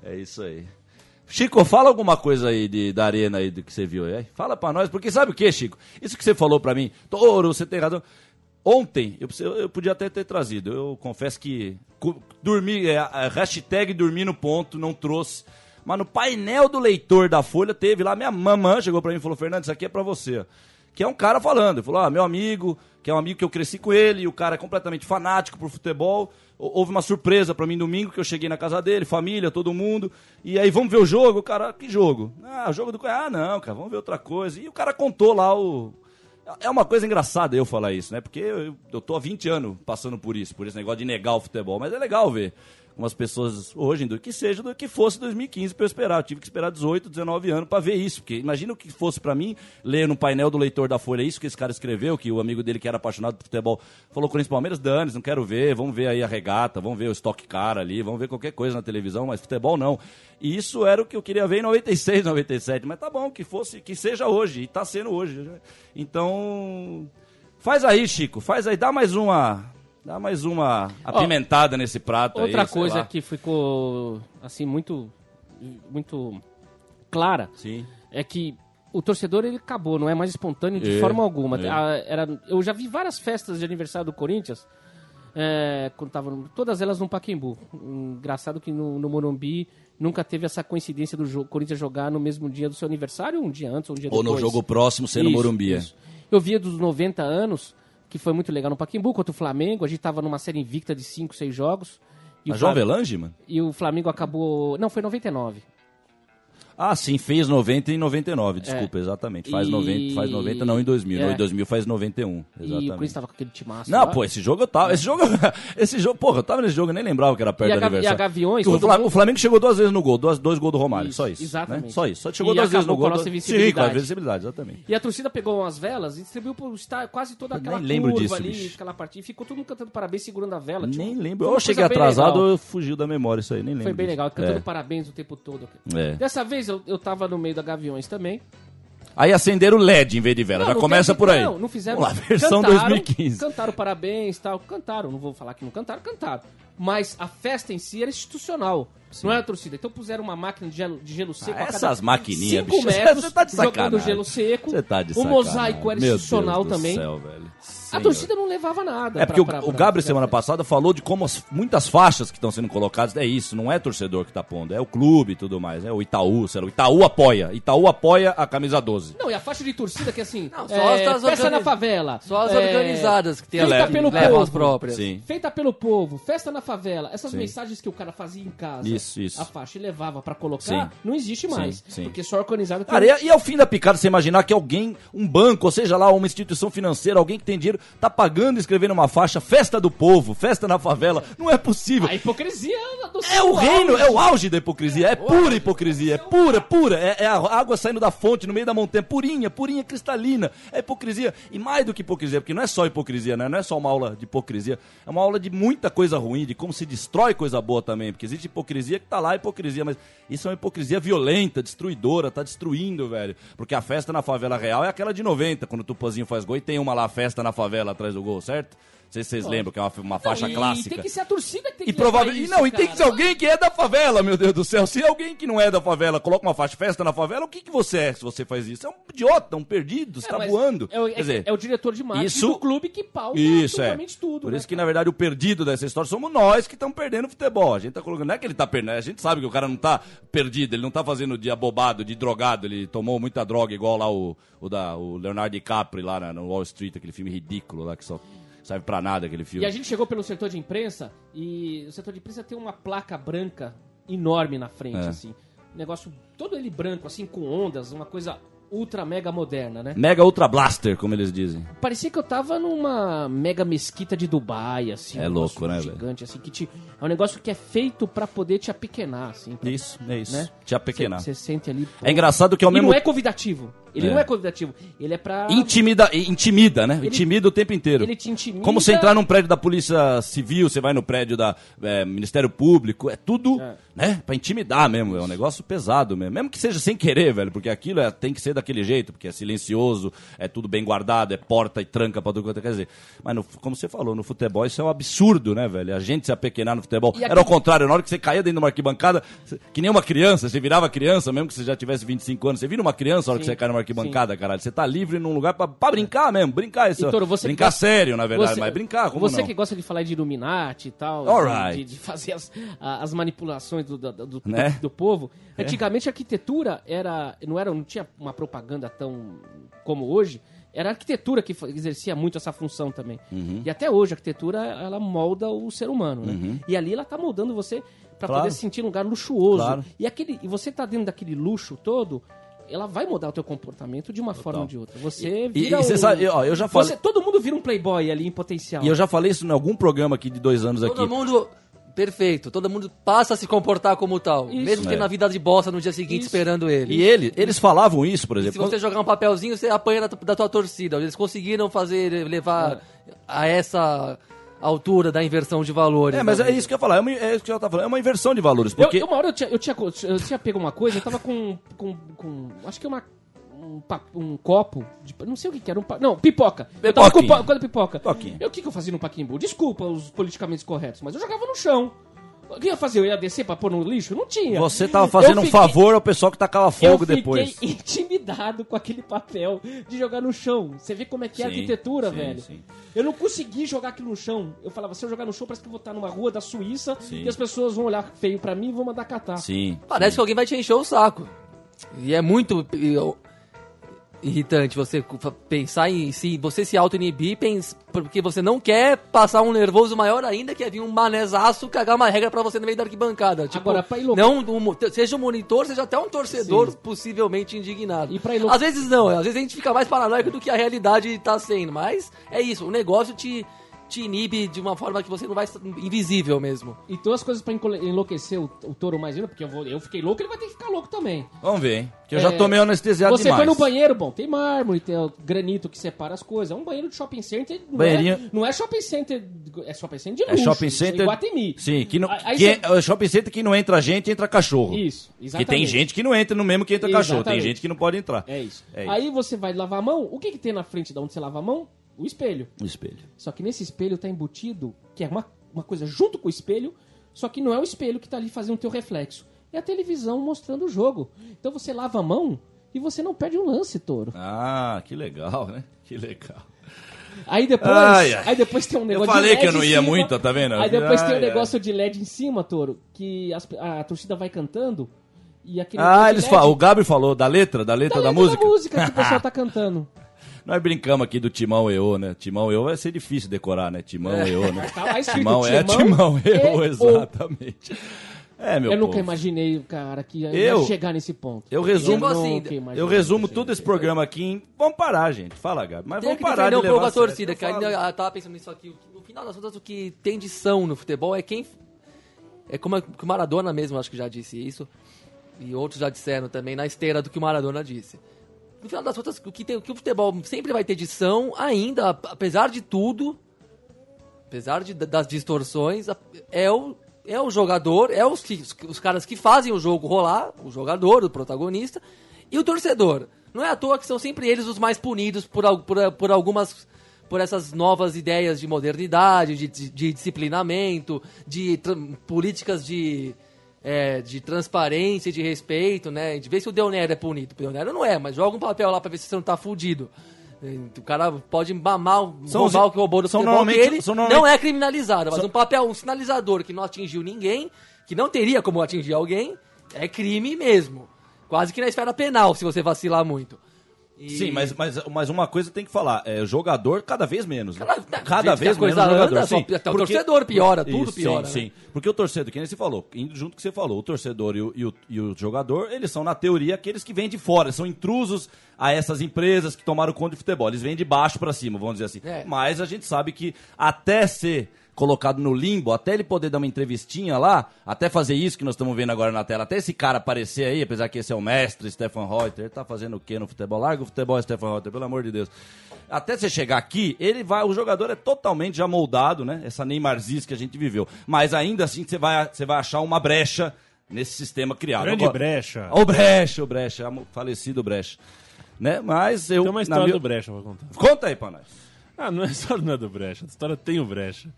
É isso aí. Chico, fala alguma coisa aí de, da arena aí do que você viu aí. Fala pra nós, porque sabe o que, Chico? Isso que você falou pra mim, Toro, você tem razão. Ontem, eu, preciso- eu podia até ter trazido, eu confesso que cu- dormi, é, a hashtag dormi no ponto, não trouxe. Mas no painel do leitor da Folha teve lá, minha mamãe chegou pra mim e falou, Fernando, isso aqui é pra você. Que é um cara falando, ele falou, ah, meu amigo, que é um amigo que eu cresci com ele, e o cara é completamente fanático pro futebol. Hou- Houve uma surpresa pra mim domingo, que eu cheguei na casa dele, família, todo mundo. E aí, vamos ver o jogo? O cara, que jogo? Ah, o jogo do... Cunha. Ah, não, cara, vamos ver outra coisa. E o cara contou lá o... É uma coisa engraçada eu falar isso, né? Porque eu, eu tô há 20 anos passando por isso, por esse negócio de negar o futebol. Mas é legal ver umas pessoas hoje, do que seja, do que fosse 2015 pra eu esperar. Eu tive que esperar 18, 19 anos pra ver isso. Porque imagina o que fosse pra mim ler no painel do leitor da Folha isso que esse cara escreveu, que o amigo dele que era apaixonado por futebol falou Corinthians e Palmeiras, dane não quero ver, vamos ver aí a regata, vamos ver o estoque cara ali, vamos ver qualquer coisa na televisão, mas futebol não. E isso era o que eu queria ver em 96, 97, mas tá bom que fosse, que seja hoje, e tá sendo hoje. Então, faz aí, Chico, faz aí, dá mais uma, dá mais uma apimentada nesse prato aí,
Outra
é sei
coisa
lá.
que ficou, assim, muito, muito clara
Sim.
é que o torcedor ele acabou, não é mais espontâneo de
É,
forma alguma.
é.
A- era, eu já vi várias festas de aniversário do Corinthians, é, quando tava, no- todas elas no Paquembu. Engraçado que no, no Morumbi nunca teve essa coincidência do jo- Corinthians jogar no mesmo dia do seu aniversário, um dia antes ou um dia
Ou no
depois.
jogo próximo sendo
Isso,
Morumbi. é.
isso. Eu via dos 90 anos, que foi muito legal no Paquembu contra o Flamengo, a gente tava numa série invicta de 5, 6 jogos. E
A
o
Ah, João
Flam-
Velange, mano?
E o Flamengo acabou. Não, foi 99.
Ah, sim, fez 90 em 99, desculpa, exatamente. Faz
É. E-
90, faz 90 não em 2000,
É.
não, em 2000 faz 91,
E o
exatamente.
Corinthians tava com aquele timaço.
Não,
lá.
pô, esse jogo eu tava. Esse jogo. Esse jogo, porra, eu tava nesse jogo, eu nem lembrava que era perto
E a
do
Gavi-
aniversário.
e a Gaviões,
Que o,
todo
Fla-
mundo-
o Flamengo chegou duas vezes no gol, duas, dois gols do Romário,
Isso,
só isso.
exatamente.
Né? Só isso. Só chegou
E
duas vezes no
acabou
gol.
com a
duas- Sim,
nossa
com a
invencibilidade.
visibilidade, exatamente.
E a torcida pegou umas velas e distribuiu por estar quase toda
Eu
aquela
nem lembro
curva
disso,
ali,
bicho.
aquela partida. E Ficou todo mundo cantando parabéns, segurando a vela. tipo,
Nem
foi
lembro.
uma
Ou eu cheguei
coisa bem
atrasado
legal.
ou fugiu da memória isso aí, nem lembro.
Foi bem
disso.
legal, cantando
É.
parabéns o tempo todo.
É.
Dessa vez eu, eu tava no meio da Gaviões também.
Aí acenderam o LED em vez de vela,
Não,
já
não
começa
teve-
por aí.
Não, não fizeram.
Vamos lá, versão
Cantaram,
2015.
Cantaram parabéns e tal. Cantaram, não vou falar que não cantaram, cantaram. Mas a festa em si era institucional. Não era a torcida. Então puseram uma máquina de gelo, de gelo seco.
Ah,
a cada
essas maquininhas,
cinco
bicho,
metros,
você tá de
jogando
sacanagem.
gelo seco.
Você tá de
O
sacanagem.
mosaico era
Meu Deus
institucional
do
também.
céu, velho.
A
Senhor.
torcida não levava nada.
É
pra-
porque o,
pra-
o
pra-
Gabriel,
pra-
semana passada, falou de como as- muitas faixas que estão sendo colocadas. É isso, não é torcedor que tá pondo, é o clube e tudo mais. É o Itaú, sei lá. O Itaú apoia. Itaú apoia a camisa 12.
Não, e a faixa de torcida que é assim.
Não, só
é,
as das
festa na
organiz-
favela.
Só as
é, Então,
organizadas que tem
Feita
as que
pelo
levam
povo.
as próprias.
Sim.
Feita pelo povo, festa na favela, essas
Sim.
mensagens que o cara fazia em casa,
Isso, isso.
a faixa e levava pra colocar,
Sim.
não existe mais.
Sim, sim.
Porque só organizado
Cara, e, e ao fim da picada, você imaginar que alguém, um banco, ou seja lá, uma instituição financeira, alguém que tem dinheiro, tá pagando e escrevendo uma faixa, festa do povo, festa na favela. Não é possível.
a hipocrisia do
É o reino, é o auge da hipocrisia, é pura hipocrisia, é pura, pura, é, é a água saindo da fonte no meio da montanha, purinha, purinha, cristalina, é hipocrisia, e mais do que hipocrisia, porque não é só hipocrisia, né? não é só uma aula de hipocrisia, é uma aula de muita coisa ruim, de como se destrói coisa boa também, porque existe hipocrisia que tá lá, hipocrisia, mas isso é uma hipocrisia violenta, destruidora, tá destruindo, velho, porque a festa na favela real é aquela de 90, quando o Tupazinho faz gol e tem uma lá, festa na favela atrás do gol, certo? sei se vocês lembram, que é uma, uma faixa
e
clássica.
tem que ser a torcida que tem
E
que levar
provavelmente.
isso,
Não, e tem que
cara.
ser alguém que é da favela, meu Deus do céu. Se alguém que não é da favela coloca uma faixa festa na favela, o que, que você é se você faz isso? É um idiota, um perdido, você
É,
tá
mas
voando.
É, o- é-
Quer dizer,
é o diretor de marketing
isso-
do clube que pauta
isso é.
absolutamente tudo.
Por
né,
isso que, na verdade, o perdido dessa história somos nós que estamos perdendo o futebol. A gente tá colocando. Não é que ele tá perdendo, a gente sabe que o cara não tá perdido, ele não tá fazendo de abobado, de drogado, ele tomou muita droga, igual lá o, o, da, o Leonardo DiCaprio lá na- no Wall Street, aquele filme ridículo lá que só serve pra nada aquele filme.
E a gente chegou pelo setor de imprensa e o setor de imprensa tem uma placa branca enorme na frente,
É.
assim. Um negócio todo ele branco, assim, com ondas, uma coisa ultra mega moderna, né?
Mega Ultra Blaster, como eles dizem.
Parecia que eu tava numa mega mesquita de Dubai, assim.
É
um negócio
louco, né, velho?
Gigante, assim, que te- é um negócio que é feito pra poder te apequenar, assim. pra-
Isso, é isso.
Né?
Te apequenar.
Você sente ali. pô.
É engraçado que ao
e
mesmo
não é convidativo. Ele
É.
não é convidativo. Ele é pra.
Intimida, intimida, né? intimida o tempo inteiro.
Ele te intimida.
Como você entrar num prédio da Polícia Civil, você vai no prédio da é, Ministério Público, é tudo, né? Pra intimidar mesmo, é um negócio pesado mesmo. Mesmo que seja sem querer, velho, porque aquilo é- tem que ser daquele jeito, porque é silencioso, é tudo bem guardado, é porta e tranca pra tudo quanto é- quer dizer. Mas no- como você falou, no futebol isso é um absurdo, né, velho? A gente se apequenar no futebol.
E
Era o
aquele-
contrário, na hora que você caía dentro de uma arquibancada, você- que nem uma criança, você virava criança, mesmo que você já tivesse 25 anos, você vira uma criança na hora que
Sim,
você cai numa arquibancada, caralho. Você tá livre num lugar pra, pra brincar mesmo, brincar é isso.
E, Toro, você que
brincar
gosta-
sério, na verdade,
você-
mas brincar, como
Você
não?
que gosta de falar de Illuminati e tal,
All
de-
right.
de, de fazer as, a- as manipulações do, do, do-
Né?
do povo. Antigamente a arquitetura era não, era. não tinha uma propaganda tão como hoje. Era a arquitetura que fa- exercia muito essa função também. E até hoje a arquitetura, ela molda o ser humano, né?
Uhum.
E ali ela tá moldando você pra
Claro.
poder se sentir um lugar luxuoso.
Claro.
E, aquele, e você tá dentro daquele luxo todo... Ela vai mudar o teu comportamento de uma forma ou de outra. Você
E-
vira
e você
um-
sabe, ó, eu já
Você-
falei-
todo mundo vira um playboy ali em potencial.
E eu já falei isso em algum programa aqui de dois anos aqui.
Todo mundo. Perfeito, todo mundo passa a se comportar como tal. Mesmo que
É.
na vida de bosta no dia seguinte
Isso.
esperando ele.
E ele, eles falavam isso, por
Se
exemplo.
você jogar um papelzinho, você apanha da, da tua torcida. Eles conseguiram fazer levar
É.
a essa altura da inversão de valores.
É, mas
né?
é isso que eu ia falar, é, uma- é isso que eu tava falando, é uma inversão de valores, porque...
Eu, eu, uma hora eu tinha, eu, tinha, co- eu tinha pego uma coisa, eu tava com. com, com acho que uma. Um, pa- um copo de. Não sei o que que era. Um pa- não, pipoca. Eu tava com
Pipoquinha.
po- coisa de pipoca.
Pipoquinha.
Eu, o que, que eu fazia no Paquimbu? Desculpa os politicamente corretos, mas eu jogava no chão. O que eu ia fazer? Eu ia descer pra pôr no lixo? Não tinha.
Você tava fazendo
Eu
um
fiquei-
favor ao pessoal que tacava
Eu
fogo
fiquei
depois.
intimidado com aquele papel de jogar no chão. Você vê como é que é a
Sim,
arquitetura,
sim,
velho.
sim.
Eu não consegui jogar aquilo no chão. Eu falava, se eu jogar no chão, parece que eu vou estar numa rua da Suíça
Sim.
e as pessoas vão olhar feio pra mim e vão mandar catar.
Sim.
Parece que alguém vai te encher o saco. E é muito e, ó, irritante você cu- fa- pensar em se você se auto-inibir pens- porque você não quer passar um nervoso maior ainda que é vir um manezaço cagar uma regra pra você no meio da arquibancada. Tipo,
Agora, pra ilo-
não um mo- seja um monitor, seja até um torcedor possivelmente indignado.
E pra ilo-
Às vezes não, às vezes a gente fica mais paranoico do que a realidade tá sendo, mas é isso, o negócio te, te inibe de uma forma que você não vai invisível mesmo.
Então as coisas pra encole- enlouquecer o, o touro mais ainda, porque eu, vou- eu fiquei louco, ele vai ter que ficar louco também.
Vamos ver, hein? Que eu
É,
já tomei anestesiado
Você
demais.
foi no banheiro, bom, tem mármore, tem o granito que separa as coisas. É um banheiro de shopping center. Não, é,
Banheirinho-
não é shopping center. É shopping center de
É
luxo.
shopping
isso é
center.
Iguatemi.
Sim, que não,
Aí- aí
que
você-
é- é shopping center que não entra gente, entra cachorro.
Isso,
Que
exatamente.
tem gente que não entra no mesmo que entra cachorro, tem
Exatamente.
gente que não pode entrar.
É isso.
É isso.
Aí você vai lavar a mão, o que, que tem na frente de onde você lava a mão? O espelho.
O espelho.
Só que nesse espelho tá embutido, que é uma, uma coisa junto com o espelho, só que não é o espelho que tá ali fazendo o teu reflexo. É a televisão mostrando o jogo. Então você lava a mão e você não perde um lance, touro.
Ah, que legal, né? Que legal.
Aí depois,
Ai, ai.
aí depois tem um negócio
falei
de LED
que eu não
em
ia
cima.
muito, tá vendo?
Aí depois tem
Ai,
um
ai.
negócio de LED em cima, touro, que as- a torcida vai cantando e aquele
Ah, eles falam, o Gabi falou da letra, da
Então,
letra da, música.
da música que o pessoal tá cantando.
Nós brincamos aqui do Timão EO, né? Timão EO vai ser difícil decorar, né? Timão EO, né?
Tá lá escrito
Timão é
Timão
Timão EO,
EO.
exatamente. É, meu
eu nunca
povo.
imaginei, cara, que ia
Eu?
chegar nesse ponto.
Eu resumo,
Tipo assim,
nunca imaginei
eu resumo
que
todo esse programa aqui em... Vamos parar, gente. Fala, Gabi. Mas
Tem
vamos
que
parar de
defender um
levar
pouco
a
a
sério.
torcida,
Eu
que ainda
falo.
eu tava pensando nisso aqui. No final das contas, o que tem de são no futebol é quem. É como a- que o Maradona mesmo, acho que já disse isso. E outros já disseram também, na esteira do que o Maradona disse. No final das contas, o que, tem, o, que o futebol sempre vai ter de são, ainda, ap- apesar de tudo, apesar de- das distorções, a- é o, é o jogador, é os, que- os, os caras que fazem o jogo rolar, o jogador, o protagonista, e o torcedor. Não é à toa que são sempre eles os mais punidos por, al- por, por algumas por essas novas ideias de modernidade, de, de, de disciplinamento, de políticas de, é, de transparência, de respeito, né? De ver se o Deonero é punido. O Deonero não é, mas joga um papel lá pra ver se você não tá fudido. É, O cara pode mamar, um
São
são
os-
roubar o que roubou do
são
futebol
normalmente-
dele,
são normalmente-
não é criminalizado. Mas
São-
um papel, um sinalizador que não atingiu ninguém, que não teria como atingir alguém, é crime mesmo. Quase que na esfera penal, se você vacilar muito. E-
Sim, mas, mas, mas uma coisa tem que falar, é jogador cada vez menos. né? Cada,
tá, jeito que a
vez menos
coisa
jogador.
anda, só-
sim.
até o torcedor piora, tudo
sim,
piora,
Sim,
né?
Porque o torcedor, que nem você falou, indo junto com o que você falou, o torcedor e o, e o- e o jogador, eles são, na teoria, aqueles que vêm de fora, são intrusos a essas empresas que tomaram conta do futebol. Eles vêm de baixo pra cima, vamos dizer assim.
É.
Mas a gente sabe que até ser colocado no limbo, até ele poder dar uma entrevistinha lá, até fazer isso que nós estamos vendo agora na tela, até esse cara aparecer aí, apesar que esse é o mestre Stefan Reuter, tá fazendo o quê no futebol? Larga o futebol, Stefan Reuter, pelo amor de Deus. Até você chegar aqui, ele vai, o jogador é totalmente já moldado, né? Essa Neymarzice que a gente viveu. Mas ainda assim você vai, você vai achar uma brecha nesse sistema criado.
Grande brecha.
O brecha, o brecha, o falecido brecha. Né? Mas eu
Tem uma
na
história
minha-
do Brecha pra contar.
Conta aí pra nós.
Ah, não é história não é do Brecha. A história tem o Brecha.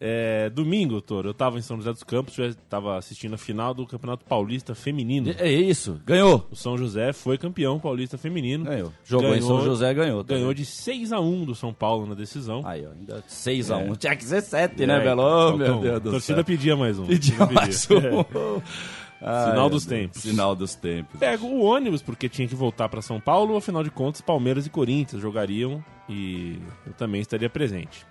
É, domingo, Toro, eu tava em São José dos Campos, eu tava assistindo a final do Campeonato Paulista Feminino.
É isso, ganhou.
O São José foi campeão paulista feminino.
Ganhou. Jogou em São José, ganhou também.
Ganhou de 6x1 do São Paulo na decisão.
Aí, ó, ainda 6x1. Tinha que ser 7, né,
É,
Belo?
então,
Ô, meu
então,
Deus do céu.
a torcida pedia mais um.
Pedia
Torcida
mais
pedia.
um.
É.
Ai,
Sinal
meu
dos
Deus.
tempos.
Sinal dos tempos.
Pego o ônibus, porque tinha que voltar pra São Paulo. Afinal de contas, Palmeiras e Corinthians jogariam e eu também estaria presente.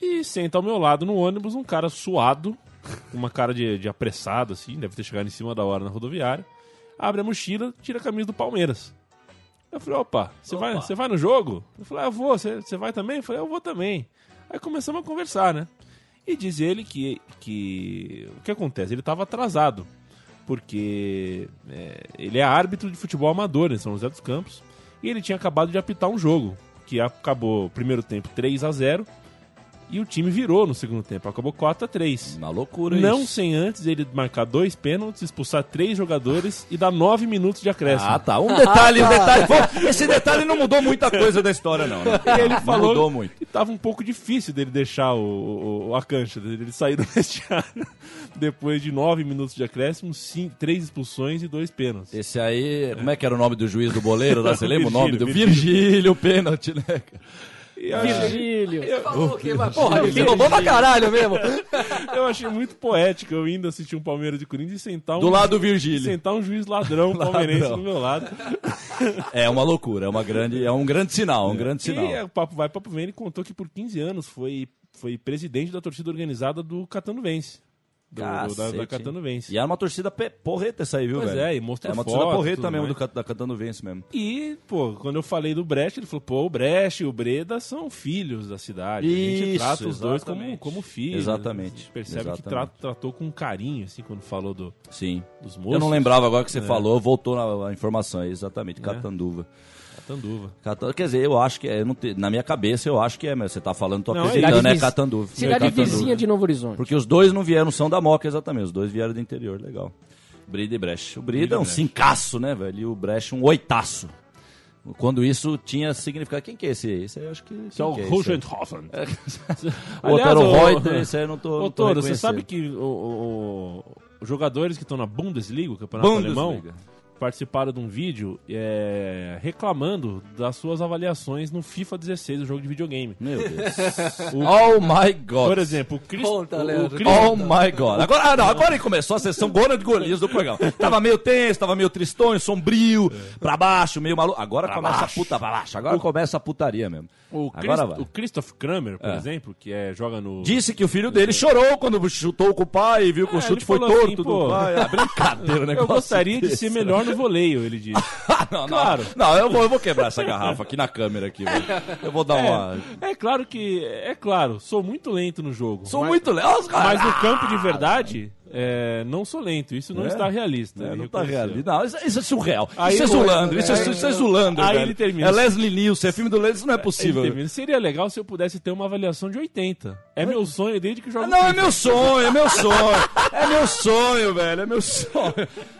E senta ao meu lado no ônibus um cara suado, com uma cara de, de apressado, assim, deve ter chegado em cima da hora na rodoviária. Abre a mochila, tira a camisa do Palmeiras. Eu falei, opa, você vai, você vai no jogo? Eu falei, ah, eu vou, você, você vai também? Eu falei, eu vou também. Aí começamos a conversar, né? E diz ele que, que o que acontece? Ele estava atrasado, porque é, ele é árbitro de futebol amador né, em São José dos Campos, e ele tinha acabado de apitar um jogo, que acabou o primeiro tempo 3 a 0 e o time virou no segundo tempo, acabou 4 a 3
Uma loucura isso.
Não sem antes ele marcar dois pênaltis, expulsar três jogadores e dar nove minutos de acréscimo.
Ah, tá. Um detalhe, um detalhe. Bom, esse detalhe não mudou muita coisa da história, não. Né?
E ele
Não
falou
mudou muito.
que tava um pouco difícil dele deixar o, o, o Akancha, dele sair do vestiário depois de nove minutos de acréscimo, cinco, três expulsões e dois pênaltis.
Esse aí, como é que era o nome do juiz do boleiro lá? Você lembra o nome do
Virgílio,
Virgílio Pênalti, né? cara?
E eu achei,
Você falou o quê? Mas, porra, ele roubou pra caralho mesmo.
É eu achei muito poético eu indo assistir um Palmeiras de Corinthians e sentar um,
Do lado do Virgílio.
sentar um juiz ladrão palmeirense
Ladrão.
do meu lado.
É uma loucura, é uma grande, é um grande sinal, um grande sinal.
E é, o papo vai, papo vem, ele contou que por 15 anos foi, foi presidente da torcida organizada do Catanuvense. Do, do- da, da
Cacete.
Catanuvense.
E era uma torcida pe- porreta essa aí, viu,
Pois
velho?
é, e mostrou
É uma
foto
torcida
e
porreta
tudo
mesmo do,
mais.
Cat- da Catanuvense mesmo.
E, pô, quando eu falei do Brecht, ele falou, pô, o Brecht e o Breda são filhos da cidade. a gente
Isso,
trata os dois
exatamente.
como, como filhos.
Exatamente,
A gente percebe que tra-
exatamente.
tratou com carinho, assim, quando falou do,
Sim.
dos moços.
Eu não lembrava agora que você
É.
falou, voltou na, a informação aí, exatamente, Catanduva.
Catanduva.
Cata- Quer dizer, eu acho que é, eu não te- na minha cabeça eu acho que é, mas você tá falando, tô
Não, é
acreditando,
cidade
é
viz-
Catanduva.
Cidade
Catanduva.
vizinha de Novo Horizonte.
Porque os dois não vieram, são da Moca, exatamente, os dois vieram do interior, legal. Brida e Brecht. O Brida é um
Brecht.
cincaço, né, velho? E o Brecht um oitaço. Quando isso tinha significado. Quem que é esse aí? Esse aí eu acho que.
Que é o
quem
Ruschenhofen.
O outro era o Reuter, esse aí eu não tô- não
Ô,
tô
Toro, você
reconhecendo.
sabe que o- o- o- os jogadores que estão na Bundesliga, o campeonato
Bundesliga.
alemão, participaram de um vídeo é, reclamando das suas avaliações no FIFA 16, o jogo de videogame.
Meu Deus.
O-
oh my God.
Por exemplo, o Chris,
Conta,
o- o
Leandro,
Chris-
Oh my God. Agora, ah, não, agora ele começou a sessão gona de golias do programa. Tava meio tenso, tava meio tristonho, sombrio,
É.
pra baixo, meio maluco. Agora começa a puta pra baixo. Agora começa a putaria mesmo.
O, Chris-
agora vai.
o Christoph Kramer, por
É.
exemplo, que é, joga no.
Disse que o filho dele chorou quando chutou com o pai e viu que
É,
o chute
ele
foi
falou
torto
assim,
do
pô,
pai. É brincadeira, né?
Eu gostaria de ser melhor no voleio, ele disse.
Ah, não, não.
Claro.
Não, eu vou, eu vou quebrar essa garrafa aqui na câmera aqui, velho. Eu vou dar uma.
É claro que. É claro, sou muito lento no jogo.
Sou
mas-
muito legal, cara.
Mas no campo de verdade, é, não sou lento. Isso não
É?
está realista.
É,
ele
não tá
reconheceu.
realista. Não, isso, isso é surreal.
Aí
isso é
ele-
Zulander. Isso é, isso é Zulander.
Aí
velho.
ele termina.
É Leslie Nielsen. É filme do Leslie, isso não é
Ele
possível.
termina, Seria legal se eu pudesse ter uma avaliação de 80. É meu sonho desde que jogo.
Não, é
FIFA.
meu sonho, é meu sonho. É meu sonho, velho, é meu sonho.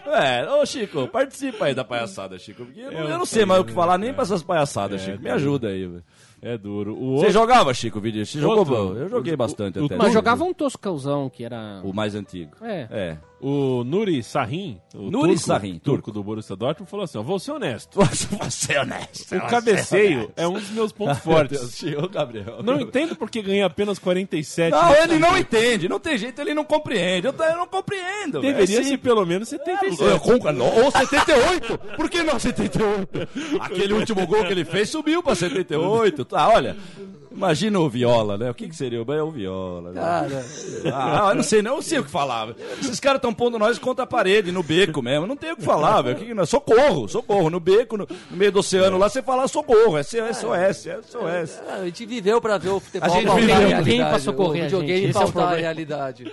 É, ô Chico, É, participa aí da palhaçada, Chico. porque eu, não- eu não sei mais o que falar nem pra essas palhaçadas, Chico. Me ajuda aí, velho.
É duro. O
Você
outro-
jogava, Chico, vídeo? Você jogou?
Outro-
Eu joguei
o-
bastante
o-
até.
mas
Jogava um toscãozão que era.
O mais antigo.
É.
É.
O Nuri Sahin, o
Nuri
turco,
Sahin,
turco, do Borussia Dortmund, falou assim: ó, vou ser honesto.
vou ser honesto.
O cabeceio é um dos meus pontos fortes.
Deus, Ô, Gabriel.
Não entendo por que ganhei apenas 47.
Não, ele não entende. Não tem jeito, ele não compreende. Eu, ta- eu não compreendo. velho.
Deveria
É
ser
simples.
pelo menos 77.
Eu com- não, Ou 78. Por que não 78? Aquele último gol que ele fez subiu pra 78. Tá, olha. Imagina o Viola, né? O que, que seria? É o Viola. né?
Cara,
Ah, eu não sei, não, eu não sei o que falar. Esses caras estão pondo nós contra a parede, no beco mesmo. Não tem o que falar, velho. O que que nós- Socorro, socorro. No beco, no, no meio do oceano lá, você fala socorro. É SOS, é SOS.
Ah, a gente viveu pra ver o futebol
A gente
pautar
viveu.
a
Alguém
realidade.
pra socorrer
o
a
videogame
gente, esse é o
pautar a
problema.
realidade.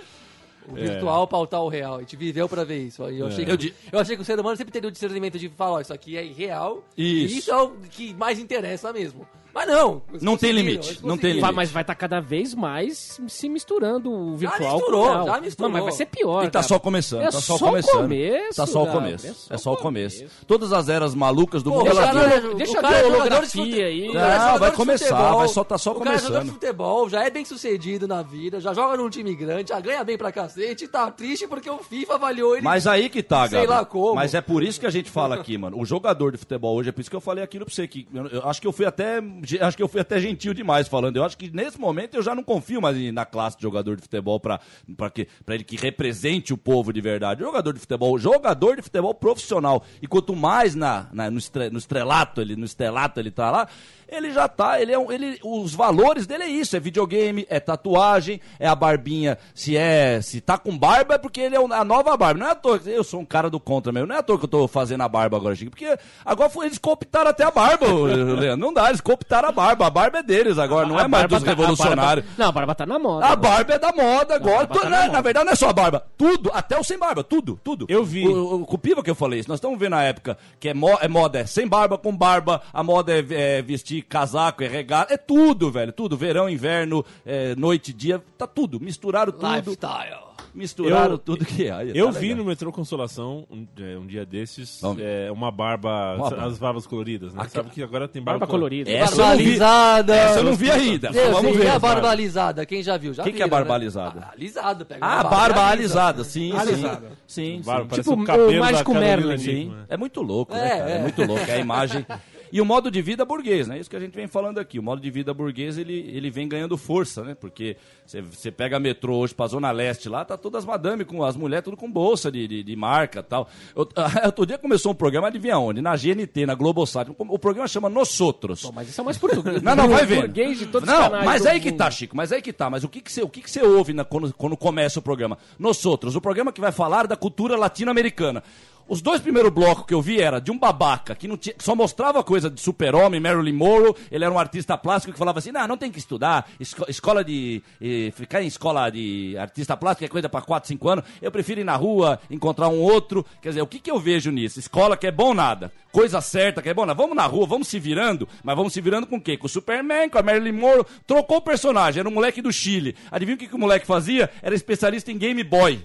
O virtual pautar o real. A gente viveu pra ver isso. E Eu achei,
É. Eu
que,
di-
eu achei que o ser humano sempre teria o discernimento de falar, ó, isso aqui é irreal.
Isso.
E isso é o que mais interessa mesmo. Mas não. eles
Não tem
conseguiram,
limite,
eles
não tem
conseguiram.
limite.
Vai- mas vai estar cada vez mais se misturando o virtual.
misturou,
com o real.
já misturou.
Não, mas vai ser pior.
E tá
cara.
só começando,
É
tá só,
só o
começando.
começo,
tá só o
cara,
começo.
é só
É
o
só o começo.
começo.
Todas as eras malucas do
Pô,
mundo,
o
elas
cara
viram.
não é-
Deixa
o
eu
cara
ver
é
a
jogador de
holografia
fute-
aí.
o cara é
Não,
jogador
vai
de
começar,
futebol,
vai só- tá só
o cara é jogador de
começando.
futebol, já é bem sucedido na vida, já joga num time grande, já ganha bem pra cacete, e tá triste porque o FIFA avaliou ele.
Mas aí que tá,
Sei
Gabi.
lá como.
Mas é por isso que a gente fala aqui, mano. O jogador de futebol hoje, é por isso que eu falei aquilo pra você que eu, eu acho que eu fui até acho que eu fui até gentil demais falando. Eu acho que nesse momento eu já não confio mais em- na classe de jogador de futebol pra para que para ele que represente o povo de verdade. Jogador de futebol, jogador de futebol profissional. E quanto mais na, na- no, estre- no estrelato ele no estrelato ele tá lá, ele já tá, ele é um, ele os valores dele é isso, é videogame, é tatuagem, é a barbinha. Se é, se tá com barba é porque ele é um- a nova barba. Não é à toa, que- eu sou um cara do contra mesmo. Não é à toa que eu tô fazendo a barba agora, Chico, porque agora foi, eles cooptaram até a barba, ô, Leandro. Não dá, eles cooptaram a barba. A barba é deles agora, não é
A
mais
barba
dos
tá- a
revolucionários.
barba- não, a barba tá na moda.
A barba é da moda agora.
barba
Tu-
tá
né,
na
na,
moda.
verdade, não é só a barba. Tudo, até o sem barba. Tudo, tudo.
Eu vi.
O, o, com o Piva que eu falei isso. Nós estamos vendo a época que é, mo- é moda é sem barba, com barba. A moda é, é vestir casaco, é regata. É tudo, velho. Tudo. Verão, inverno, é, noite, dia. Tá tudo. Misturaram tudo.
Lifestyle.
Misturaram
Eu-
tudo que é. Aí,
Eu
tá
vi
legal.
no metrô Consolação um, é, um dia desses
Vamos.
é, uma barba,
Uma barba.
as barbas coloridas, né? Sabe que agora tem barba,
Barba
color-
colorida.
Essa eu não vi,
Barbalizada.
essa eu não vi ainda.
Deus,
Vamos
E é a
ver.
barbalizada? Quem já viu? Já
O que, que é
viram, né?
barbalizada?
Ah, Alisada, pega.
Ah,
uma
barba
alisa.
alisada. Sim,
Alisada.
sim. Sim,
Barba,
sim.
parece
Tipo,
o cabelo
o
da
Mágico
Carolina
Merlin.
Dickman.
É muito louco,
É,
né, cara? É.
é.
muito louco. É a imagem. E o modo de vida burguês, né? Isso que a gente vem falando aqui. O modo de vida burguês, ele, ele vem ganhando força, né? Porque você- você pega metrô hoje pra Zona Leste lá, tá todas as madame, com, as mulheres tudo com bolsa de, de, de marca e tal. Eu- outro dia começou um programa, adivinha onde? Na GNT, na Globosat. O programa chama Nós Outros.
Pô, Mas isso é mais português.
Não, não, vai ver.
Português de todos os
não,
canais
mas
do
aí que
mundo.
tá, Chico, mas aí que tá. Mas o que que você, o que que você ouve na- quando, quando começa o programa? Nós outros, o programa que vai falar da cultura latino-americana. Os dois primeiros blocos que eu vi era de um babaca que não tinha, que só mostrava coisa de super-homem, Marilyn Monroe. Ele era um artista plástico que falava assim: não, não tem que estudar, esco- escola de. eh, ficar em escola de artista plástico é coisa pra 4, 5 anos. Eu prefiro ir na rua, encontrar um outro. Quer dizer, o que, que eu vejo nisso? Escola que é bom nada. Coisa certa que é bom nada. Vamos na rua, vamos se virando. Mas vamos se virando com o quê? Com o Superman, com a Marilyn Monroe. Trocou o personagem. Era um moleque do Chile. Adivinha o que, que o moleque fazia? Era especialista em Game Boy.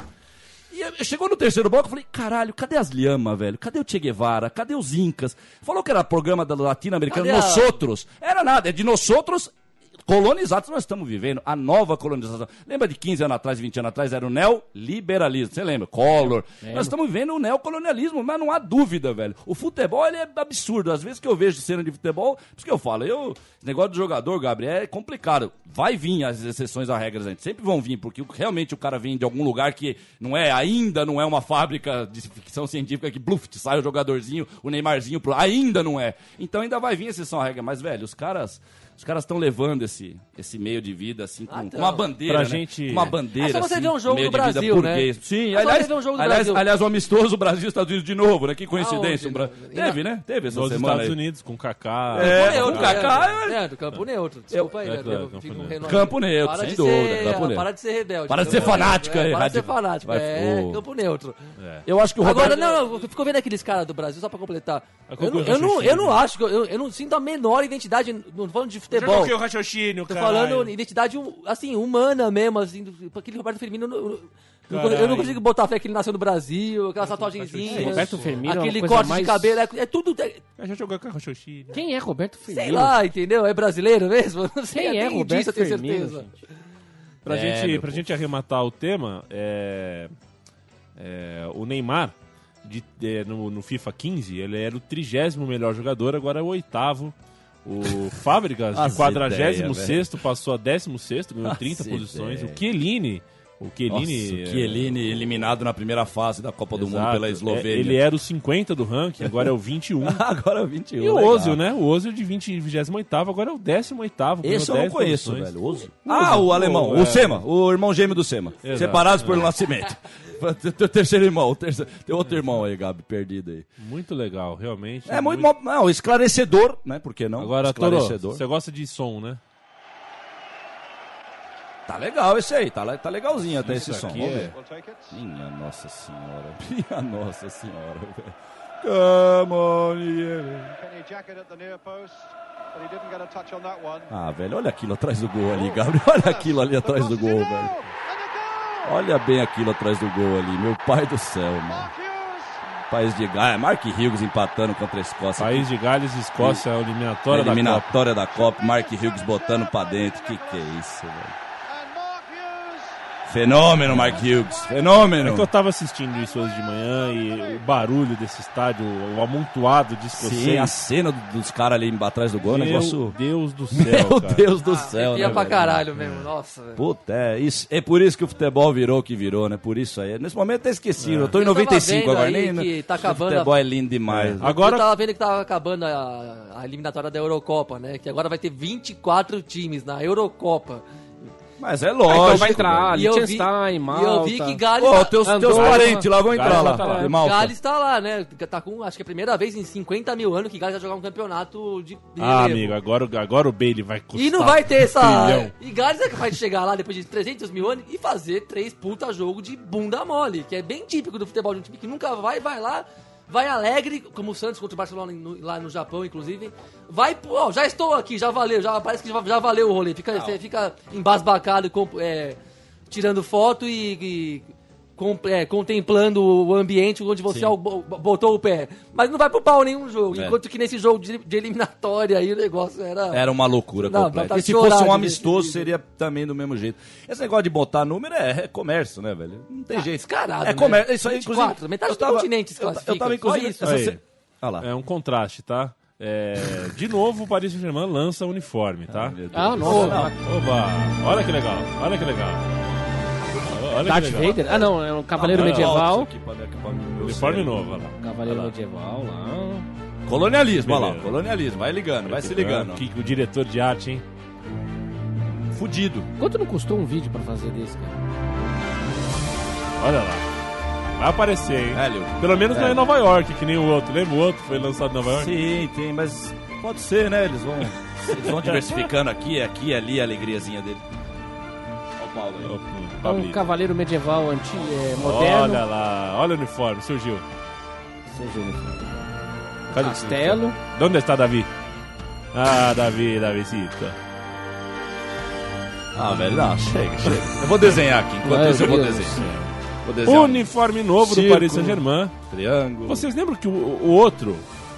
E eu- chegou no terceiro bloco, eu falei, caralho, cadê as lhamas, velho? Cadê o Che Guevara? Cadê os Incas? Falou que era programa da latino-americana,
Cadê a-
nós outros. Era nada, é de nós outros colonizados. Nós estamos vivendo a nova colonização. Lembra de 15 anos atrás, 20 anos atrás, era o neoliberalismo. Você lembra? Collor. Nós estamos vivendo o neocolonialismo, mas não há dúvida, velho. O futebol, ele é absurdo. Às vezes que eu vejo cena de futebol, por isso que eu falo, eu, esse negócio de jogador, Gabriel, é complicado. Vai vir as exceções às regras, gente. Sempre vão vir, porque o- realmente o cara vem de algum lugar que não é, ainda não é uma fábrica de ficção científica que, bluf, te sai o jogadorzinho, o Neymarzinho, pro- ainda não é. Então ainda vai vir exceção à regra. Mas, velho, os caras... Os caras estão levando esse, esse meio de vida, assim, com,
Ah,
com
tão.
uma bandeira,
Pra
né?
gente-
Com uma bandeira,
É só você
assim,
ver um jogo
meio
do
de vida
Brasil, né?
burguês. Sim,
É só você
aliás,
ver um jogo do
aliás,
Brasil.
aliás, o amistoso Brasil e Estados Unidos de novo, né? Que coincidência.
Aonde,
um Bra-
né?
Teve, né? Teve essa
Nos
semana
Estados
aí.
Unidos, com Kaká.
É,
Campo
o
neutro,
Kaká
é, é, do campo neutro. Desculpa aí,
é
né?
claro,
Eu fico
campo
reno-
Campo neutro,
Para
sem
de
dúvida,
ser-
campo neutro.
Para de ser rebelde.
Para de ser fanático aí,
é, Para de ser
Radinho.
fanático,
Vai, É.
é,
ô.
campo neutro.
Eu acho que o Roberto...
Agora, não, eu fico vendo aqueles caras do Brasil, só pra completar.
A
Eu não,
conclusão
eu, não,
xixi,
eu não
né?
acho, que eu, eu não sinto a menor identidade, não tô falando de
Eu
futebol.
joguei o raciocínio,
Tô
caralho.
falando identidade hum- assim, humana mesmo, assim, do- aquele Roberto Firmino. eu- eu-
Caralho.
eu não consigo botar fé que ele nasceu no Brasil, aquelas tatuagenzinhas.
Sim, Roberto Firmino é uma
Aquele
coisa
corte
mais-
de cabelo, é, é tudo. é-
Eu já joguei com o raciocínio.
Quem é Roberto Firmino?
sei lá, entendeu? É brasileiro mesmo? Não sei,
Quem é
nem
Roberto
disso eu tenho
Firmino,
certeza.
Pra,
É,
gente,
meu
pra
povo.
gente arrematar o tema, é, é, o Neymar, de- é, no, no FIFA 15, ele era o trigésimo melhor jogador, agora é o oitavo. O Fábricas,
As
de 46
ideias, né?
passou a 16 ganhou 30
As
posições.
ideias.
O Chiellini... O
Nossa,
Chiellini...
o
é,
Chiellini eliminado na primeira fase da Copa do Mundo
exato,
pela
é,
Eslovênia.
ele era o 50 do ranking, agora é o 21.
Agora é o 21.
E o
legal.
Ozil, né? O Ozil de 20, 28 agora é o 18
Esse eu não conheço, velho. Ozil? Ah,
Ozil,
o alemão.
pô, é.
o Sema. O irmão gêmeo do Sema.
Exato.
Separados pelo nascimento. Teu terceiro irmão. o terceiro- Tem outro irmão aí, Gabi, perdido aí.
Muito legal, realmente.
É muito, bom. Não, esclarecedor, né? Por que não?
Agora, Toro,
esclarecedor.
você gosta de som, né?
Tá legal esse aí. Tá, le- tá legalzinho até esse
Isso
som.
aqui
Vamos
é-
ver. Minha nossa senhora. Minha nossa senhora, velho. Come on, yeah. Ah, velho, olha aquilo atrás do gol ali, Gabriel. Olha aquilo ali atrás do gol, velho. Olha bem aquilo atrás do gol ali, meu pai do céu, mano. País de Gales, Mark Hughes empatando contra a Escócia.
País de Gales e Escócia, é a eliminatória
Eliminatória,
da Copa.
da Copa, Mark Hughes botando pra dentro. Que que é isso, velho? Fenômeno, Mark Hughes.
É que eu
Fenômeno.
tava assistindo isso hoje de manhã e o barulho desse estádio, o amontoado de
Sim, é a
escoceses.
cena do- dos caras ali embaixo atrás do gol, é um
Meu
negócio.
Deus do céu,
Meu
cara.
Deus do céu,
Ah, Ia
né,
pra
velho?
caralho mesmo, nossa, velho.
Puta, é, isso, é por isso que o futebol virou o que virou, né? Por isso aí. Nesse momento até
É.
esqueci, eu tô em
Eu tava
95
vendo
agora,
aí
nem.
que tá
o
acabando a-
futebol é lindo demais. né?
Agora-
Eu tava vendo que tava acabando a, a eliminatória da Eurocopa, né? Que agora vai ter 24 times na Eurocopa.
Ah,
Mas
então
é lógico.
vai entrar
velho.
E eu vi,
Ah, Liechtenstein,
e eu vi
Malta.
que Gales,
Ó,
tá,
teus,
Andorra.
teus parentes lá vão entrar
Gales
lá.
tá lá.
de Malta.
Gales tá lá, né? Tá com, acho que é a primeira vez em 50 mil anos que Gales vai jogar um campeonato de
Ah,
relevo.
amigo, agora, o- agora o Bailey vai custar.
E
tá?
não vai ter essa.
trilhão.
E Gales é capaz de chegar lá depois de 300 mil anos e fazer três puta jogo de bunda mole, que é bem típico do futebol de um time que nunca vai, vai lá, vai alegre, como o Santos contra o Barcelona no- lá no Japão, inclusive. Vai, pô, ó, já estou aqui, já valeu, já parece que já, já valeu o rolê. Fica, você fica embasbacado, com- é, tirando foto e. e com- é, contemplando o ambiente onde você al- bo- botou o pé. Mas não vai pro pau nenhum jogo.
É.
Enquanto que nesse jogo de, de eliminatória aí o negócio era.
Era uma loucura
Não,
completa.
tá
E se
chorado
fosse um
nesse
amistoso,
vídeo.
seria também do mesmo jeito. Esse negócio de botar número é, é comércio, né, velho? Não tem jeito.
Ah, descarado,
É comércio.
né?
Isso aí,
24,
inclusive.
metade
eu
do continente se
eu ta- Eu tava,
classifica.
inclusive.
Olha isso.
essa
Aí.
se- Ah lá.
É um contraste, tá? É, de novo, o Paris Saint-Germain lança uniforme, tá?
Ah, nossa.
Oba! Olha que legal, olha que legal. Olha
Tá
Darth
que legal.
Vader? Ah, não, é um cavaleiro
Ah, não,
medieval.
Uniforme novo, olha lá.
Cavaleiro
Olha lá.
medieval lá.
Colonialismo, olha lá.
Beleza.
Colonialismo. Vai ligando, vai se ligando.
Que, o diretor de arte, hein?
Fudido.
Quanto não custou um vídeo pra fazer desse, cara?
Olha lá. Vai aparecer, hein?
Velho.
Pelo menos não é
É.
em Nova York, que nem o outro. Lembra o outro que foi lançado em Nova York?
Sim, tem, mas pode ser, né? Eles vão, eles vão diversificando aqui, aqui e ali a alegriazinha dele. Olha o Paulo aí.
Ô, pô,
É um
Pablito.
cavaleiro medieval antigo, é, moderno.
Olha lá, olha o uniforme, surgiu.
Seja o uniforme.
Cadê
Castelo.
Onde está Davi? Ah, Davi, Davidita.
Ah, velho, não, chega, chega. Eu vou desenhar aqui, enquanto
Meu
isso eu vou
Deus.
desenhar. Vou desenhar um
Uniforme novo do
Circo.
Paris Saint-Germain.
triângulo.
Vocês lembram que o, o outro,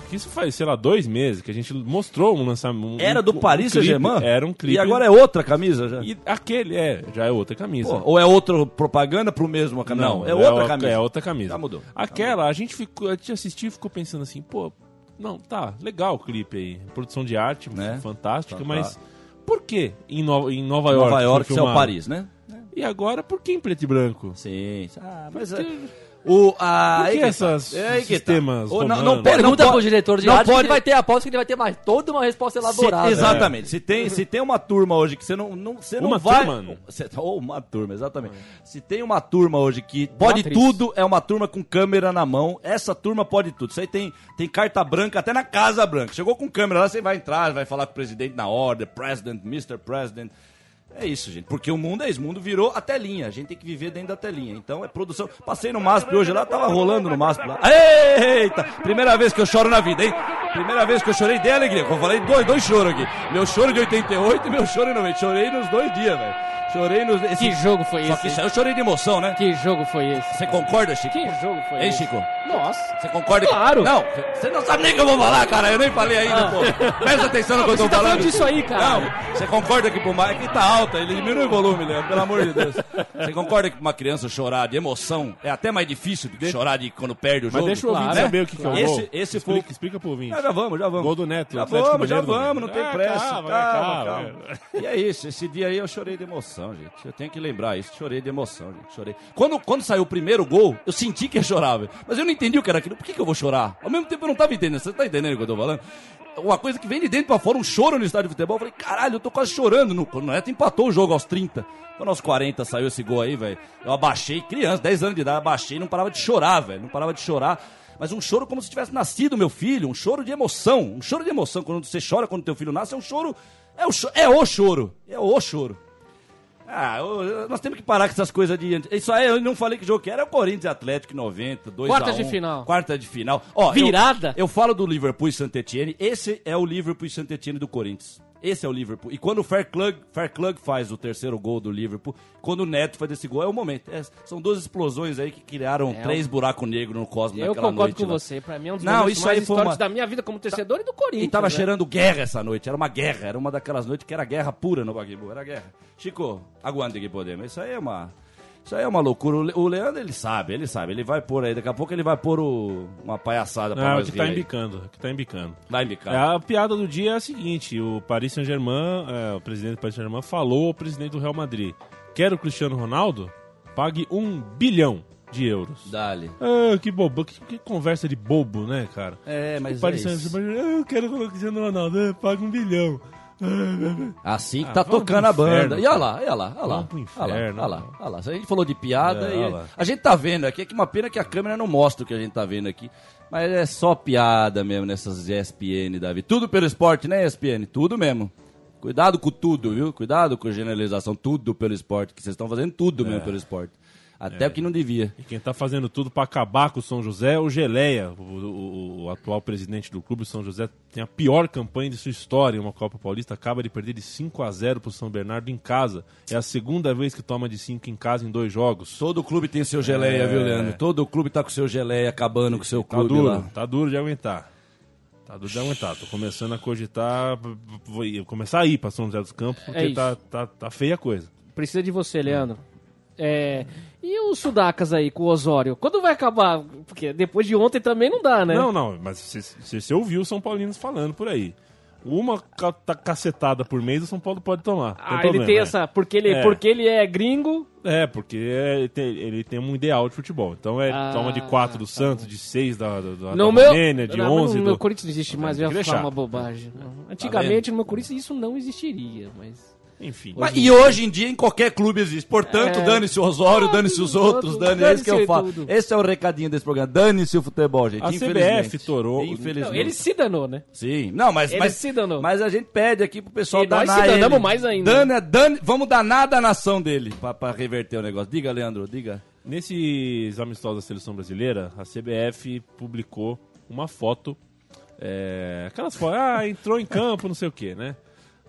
que isso faz, sei lá, dois meses, que a gente mostrou um lançamento.
Era do
um- um
Paris
clipe,
Saint-Germain?
Era um clipe.
E agora é outra camisa já?
E aquele, é, já é outra camisa.
Pô, ou é outra propaganda pro mesmo camisa? Não, é outra
o-
camisa.
É outra camisa.
Já mudou.
Aquela, a gente ficou, a gente assistiu e ficou pensando assim, pô, não, tá, legal o clipe aí. Produção de arte,
Né?
fantástica,
Tá, tá.
mas por que em Nova, em Nova York?
Nova
foi
York, isso é o
filmado?
Paris, né?
E agora, por que em preto e branco?
Sim. Ah, mas... é- O, a,
Por que
aí tá.
essas-
É aí que tá.
sistemas
Ou não,
romanos?
não pode, não
Pergunta pro
pode,
diretor de
não
arte que
pode-
ele vai ter, aposto que ele vai ter mais toda uma resposta elaborada. É.
Se- exatamente. Se, tem, se tem uma turma hoje que você não, não, você não
Uma
vai.
turma?
Você- ou uma turma, exatamente. Se tem uma turma hoje que pode
atriz.
tudo, é uma turma com câmera na mão. Essa turma pode tudo. Isso aí tem, tem carta branca até na Casa Branca. Chegou com câmera lá, você vai entrar, vai falar com o presidente na ordem, president, Mr. President. É isso, gente. Porque o mundo é isso. O mundo virou a telinha. A gente tem que viver dentro da telinha. Então é produção. Passei no MASP hoje lá, tava rolando no MASP lá. Eita! Primeira vez que eu choro na vida, hein? Primeira vez que eu chorei de alegria. Eu falei dois, dois choros aqui. Meu choro de 88 e meu choro de 90. Chorei nos dois dias, velho. Chorei nos.
Que jogo foi
Só
esse,
que
hein?
isso aí eu chorei de emoção, né?
Que jogo foi esse?
Você concorda, Chico?
Que jogo foi
Hein,
esse?
Chico?
Nossa.
Você concorda?
Claro.
Não, você não sabe nem o que eu vou falar, cara. Eu nem falei ainda,
Ah.
pô. Presta atenção no
Não,
que
mas
eu tô
você tá
falando.
falando disso aí, cara.
Não, você concorda que pro Mike que tá alta, ele diminui o volume, Leandro, pelo amor de Deus. Você concorda que pra uma criança chorar de emoção é até mais difícil do que chorar de quando perde o
Mas
jogo?
deixa o ouvinte
né?
saber o que, que é o
Esse,
gol.
esse foi
explica,
o
explica pro ouvinte.
ah, já vamos, já vamos.
Gol do Neto,
Já
Atlético
vamos, já
Mineiro,
vamos, não
Neto.
tem
Ah,
pressa. Calma,
calma,
calma.
calma.
E é isso, esse dia aí eu chorei de emoção, gente. Eu tenho que lembrar isso, chorei de emoção, gente. Chorei. Quando, quando saiu o primeiro gol, eu senti que eu chorava. Mas eu não entendi o que era aquilo. Por que, que eu vou chorar? Ao mesmo tempo eu não tava entendendo. Você tá entendendo o que eu tô falando? Uma coisa que vem de dentro pra fora, um choro no estádio de futebol. Eu falei, caralho, eu tô quase chorando. No- Quando o Neto é, empatou o jogo aos 30. Quando aos 40 saiu esse gol aí, velho. Eu abaixei, criança, 10 anos de idade, abaixei, não parava de chorar, velho. Não parava de chorar. Mas um choro como se tivesse nascido meu filho, um choro de emoção, um choro de emoção. Quando você chora quando teu filho nasce, é um choro. É o, cho- é o choro. É o choro. Ah, ô, nós temos que parar com essas coisas de. Isso aí eu não falei que jogo que era. É o Corinthians e Atlético em 90, 2
Quarta
a 1,
de final.
Quarta de final. Ó, eu-
Virada?
Eu, falo do Liverpool e Saint-Etienne. Esse é o Liverpool e Saint-Etienne do Corinthians. Esse é o Liverpool. E quando o Fair Club, Fair Club faz o terceiro gol do Liverpool, quando o Neto faz esse gol, é o momento. É, são duas explosões aí que criaram
É,
três
eu-
buracos negros no cosmos
Eu
naquela
concordo
noite.
com
lá.
você. Pra mim é um dos
Não,
momentos
isso
mais
aí foi
históricos
uma- Tá-
da minha vida como torcedor e do Corinthians.
E tava
né?
cheirando guerra essa noite. Era uma guerra. Era uma daquelas noites que era guerra pura no Baguibu. Era guerra. Chico, aguante que podemos. Isso aí é uma... Isso aí é uma loucura. O Le- O Leandro, ele sabe, ele sabe. Ele vai pôr aí, daqui a pouco ele vai pôr o- uma palhaçada pra
Não,
nós
que tá
rir aí.
embicando, que tá embicando.
Vai
É,
embicar.
A piada do dia é a seguinte: o Paris Saint-Germain, é, o presidente do Paris Saint-Germain, falou ao presidente do Real Madrid: quer o Cristiano Ronaldo? Pague um bilhão de euros.
Dale.
Ah, que bobo, que, que conversa de bobo, né, cara?
É, mas
o
é
Paris
isso.
Saint-Germain, "Ah, eu quero colocar o Cristiano Ronaldo, ah, paga um bilhão. Ah,
Assim que
Ah,
tá
vamos
tocando
pro
a banda.
inferno,
E olha lá, olha lá, olha lá.
Vamos pro
Olha lá,
inferno,
olha lá,
cara.
olha lá. A gente falou de piada
É,
e
olha lá.
a gente tá vendo aqui. É que uma pena que a câmera não mostra o que a gente tá vendo aqui. Mas é só piada mesmo nessas ESPN, Davi. Tudo pelo esporte, né, ESPN? Tudo mesmo. Cuidado com tudo, viu? Cuidado com generalização. Tudo pelo esporte. Que vocês estão fazendo tudo
É.
mesmo pelo esporte. Até o que não devia.
E quem tá fazendo tudo pra acabar com o São José é o Geleia, o, o- o atual presidente do clube. O São José tem a pior campanha de sua história em uma Copa Paulista. Acaba de perder de 5 a 0 pro São Bernardo em casa. É a segunda vez que toma de 5 em casa em dois jogos.
Todo clube tem seu geleia,
É.
viu, Leandro? Todo clube tá com seu geleia, acabando com seu
Tá
clube
duro,
lá.
tá duro de aguentar. Tá duro de aguentar. Tô começando a cogitar, vou ir- começar a ir pra São José dos Campos, porque
É isso.
tá, tá, tá feia a coisa.
Precisa de você, Leandro. É, E os sudacas aí com o Osório? Quando vai acabar? Porque depois de ontem também não dá, né?
Não, não, mas você- você você ouviu os São Paulinos falando por aí. Uma ca- ta- cacetada por mês o São Paulo pode tomar.
Ah,
Tem
ele
problema,
tem
é.
essa. Porque ele é,
É.
porque ele é gringo.
É, porque é- ele tem, ele tem um ideal de futebol. Então é
Ah,
toma de 4 do Santos, de 6 da, da,
Tá
da,
No
da
meu.
Romênia, de
Não, mas
11
No meu
do...
Corinthians não existe mais, eu
tem
ia
que
falar
deixar.
uma bobagem. né?
Tá vendo?
Antigamente, no meu Corinthians, isso não existiria, mas.
Enfim.
Mas- e hoje em dia em qualquer clube existe. Portanto,
É.
dane-se o Osório,
Ah,
dane-se os outros,
dane-se
dane-se. É isso que eu
tudo.
falo. Esse é o recadinho desse programa. Dane-se o futebol, gente.
A
Infelizmente.
CBF torou-
Infelizmente.
Não, ele se danou, né?
Sim. Não, mas,
Ele
mas,
se danou.
mas a gente pede aqui pro pessoal
E nós
danar
se danamos
ele.
mais ainda.
Dane, dane, vamos danar da nação dele pra, pra reverter o negócio. Diga, Leandro, diga.
Nesses amistosos da seleção brasileira, a CBF publicou uma foto. é, aquelas fotos, ah, entrou em campo, não sei o que, né?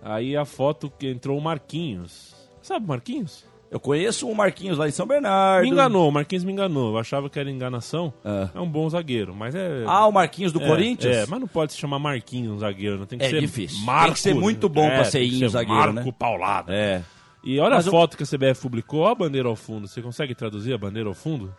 Aí a foto que entrou o Marquinhos. Sabe o Marquinhos?
Eu conheço o Marquinhos lá em São Bernardo.
Me enganou, o Marquinhos me enganou. Eu achava que era enganação.
Ah.
É um bom zagueiro, mas é.
Ah, o Marquinhos do
é,
Corinthians?
É, mas não pode se chamar Marquinhos um zagueiro, não tem que
É
ser.
difícil.
Marco,
Tem que ser muito bom
é,
pra ser
tem que
Inho zagueiro,
Marco
né?
Paulada.
É.
E olha
Mas
a
eu-
foto que a CBF publicou, ó a bandeira ao fundo. Você consegue traduzir a bandeira ao fundo?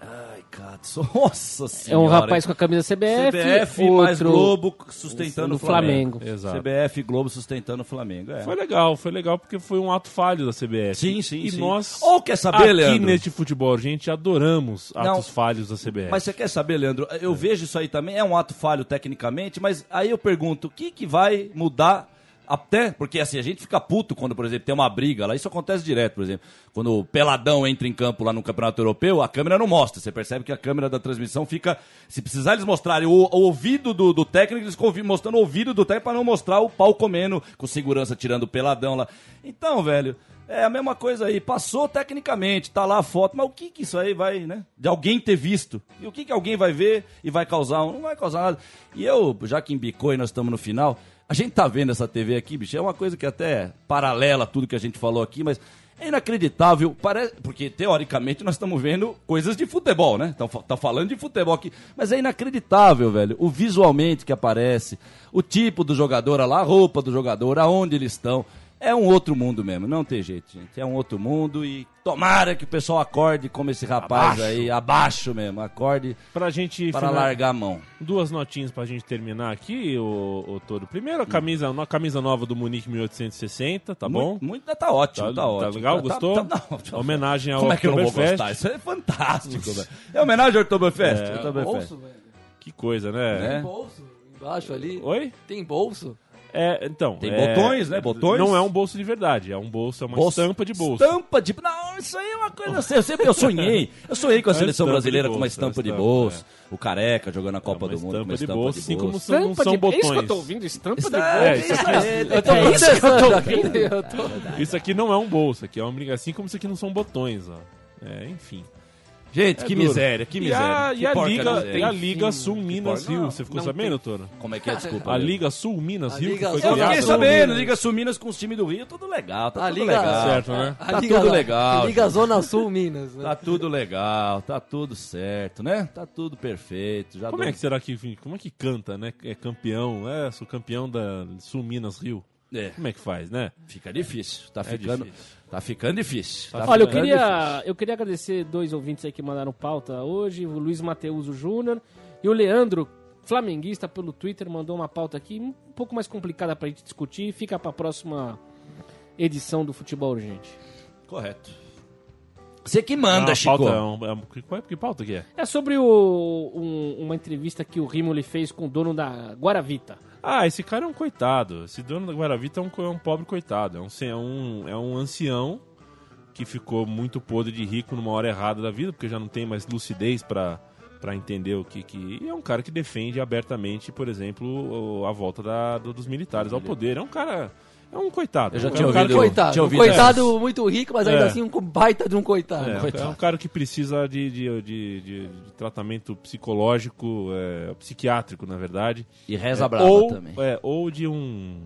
Ai, cara. Nossa
É
senhora.
um rapaz com a camisa CBF,
CBF
outro
mais Globo sustentando
do
o Flamengo.
Flamengo.
Exato.
CBF e Globo sustentando o Flamengo. É.
Foi legal, foi legal porque foi um ato falho da CBF.
Sim, sim,
E
sim.
nós,
Ou quer saber,
aqui
tá Leandro?
neste futebol, gente, adoramos
Não.
atos falhos da CBF.
Mas você quer saber, Leandro? Eu vejo isso aí também, é um ato falho tecnicamente, mas aí eu pergunto, o que, que vai mudar até, porque assim, a gente fica puto quando, por exemplo, tem uma briga lá, isso acontece direto, por exemplo. Quando o Peladão entra em campo lá no Campeonato Europeu, a câmera não mostra. Você percebe que a câmera da transmissão fica. Se precisar, eles mostrarem o, o ouvido do, do técnico, eles convi- mostrando o ouvido do técnico para não mostrar o pau comendo, com segurança tirando o Peladão lá. Então, velho. É a mesma coisa aí, passou tecnicamente, tá lá a foto, mas o que que isso aí vai, né? De alguém ter visto. E o que que alguém vai ver e vai causar? um- Não vai causar nada. E eu, já que embicou e nós estamos no final, a gente tá vendo essa TV aqui, bicho, é uma coisa que até é paralela a tudo que a gente falou aqui, mas é inacreditável, parece, porque teoricamente nós estamos vendo coisas de futebol, né? Tão, fa- tá falando de futebol aqui, mas é inacreditável, velho, o visualmente que aparece, o tipo do jogador, olha lá, a roupa do jogador, aonde eles estão. É um outro mundo mesmo, não tem jeito, gente. É um outro mundo e tomara que o pessoal acorde como esse rapaz
Abaixo.
aí, abaixo mesmo, acorde
pra gente
para
final-
largar a mão.
Duas notinhas pra gente terminar aqui, o, Todo.
Hum.
Primeiro, a camisa, a camisa nova do Munique 1860, tá bom?
Muito, muito tá ótimo, tá, ótimo.
Tá legal, gostou?
Tá, tá, não.
Homenagem ao
Como é que eu não vou
Oktoberfest.
gostar? Isso é fantástico, velho. É homenagem ao Oktoberfest?
É,
Oktoberfest.
bolso, velho.
Que coisa, né?
Tem bolso embaixo ali.
Oi?
Tem bolso?
É, então.
Tem
é-
botões, né? Botões.
Não é um bolso de verdade, é um bolso, é uma
Bolso-
estampa de bolso.
Estampa de Não, isso aí é uma coisa. assim, Eu, sempre, eu sonhei. Eu sonhei com a
É uma
seleção
estampa de
brasileira com uma
bolso, é uma
estampa de
estampa, é.
bolso. O Careca jogando a Copa do Mundo com
Estampa de
uma estampa
bolso, assim
de
como
bolso.
são, não são
É
botões.
isso que eu tô ouvindo, estampa de
É,
bolso.
isso aqui,
Eu tô processando aqui. Eu tô...
isso aqui não é um bolso, aqui é uma briga, assim como isso aqui não são botões, ó. É, enfim.
Gente,
É
que
duro.
miséria, que
E
miséria.
a-
que
E a,
porca
Liga,
miséria.
e a Liga Sul Minas
porca-
Rio,
não,
você ficou
não
sabendo, Toro?
Como é que é? Desculpa.
A
meu.
Liga Sul Minas
A
Rio, que
Liga
foi
Sul-
Eu
criada.
fiquei
Obrigado,
sabendo,
Minas.
Liga Suminas com os times do Rio, tudo legal, tá
A
tudo
Liga-
legal.
Certo, né?
A
Tá
Liga-
tudo legal.
Liga Zona Sul Minas, né?
Tá tudo legal, tá tudo certo, né? Tá tudo perfeito. Já
Como
dou- um-
é que será que enfim, como é que canta, né? É campeão, é, sou campeão da Sul Minas Rio.
É,
Como é que faz, né?
fica difícil. Tá
É
ficando,
difícil.
tá ficando difícil. tá
Olha, eu
ficando
queria, eu queria agradecer dois ouvintes aí que mandaram pauta hoje, o Luiz Mateuso Júnior e o Leandro, flamenguista pelo Twitter, mandou uma pauta aqui um pouco mais complicada pra gente discutir, fica pra próxima edição do Futebol Urgente.
difícil. Correto. Você que manda,
Ah,
Chico.
pauta é um- é um- que- qual é que pauta que é?
É sobre o- um- uma entrevista que o Rimoli fez com o dono da Guaravita.
Ah, esse cara é um coitado. Esse dono da Guaravita é um, co- é um pobre coitado. É um, sen- é, um, é um ancião que ficou muito podre de rico numa hora errada da vida, porque já não tem mais lucidez pra pra entender o que que... E é um cara que defende abertamente, por exemplo, o- a volta da- do- dos militares ao poder. É um cara... É um coitado.
Eu já
É um
tinha
cara
ouvido-
que-
Tinha
Coitado. Um
ouvido
coitado muito rico, mas ainda
É.
assim um baita de um coitado.
É,
Coitado.
é um cara que precisa de, de, de- de- de tratamento psicológico, é, psiquiátrico, na verdade.
E reza
É,
brava
ou,
também.
é, ou de um.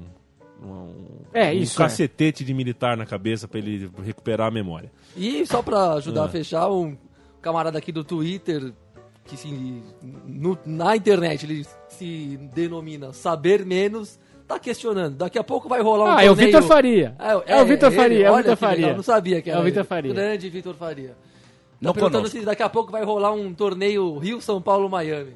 Um,
É,
um
isso,
cacetete de militar na cabeça pra ele recuperar a memória.
E só pra ajudar
Ah.
a fechar, um camarada aqui do Twitter, que se, no- na internet ele se denomina Saber Menos, tá questionando. Daqui a pouco vai rolar um
Ah, é o
torneio-
Vitor Faria.
Ah,
É o Vitor
ele,
Faria, é o
olha
Vitor
que legal,
Faria.
Não sabia que
É
era
o Vitor
ele.
Faria. Então
Grande Vitor Faria. Tá
Não
perguntando
conosco.
se daqui a pouco vai rolar um torneio Rio, São Paulo, Miami.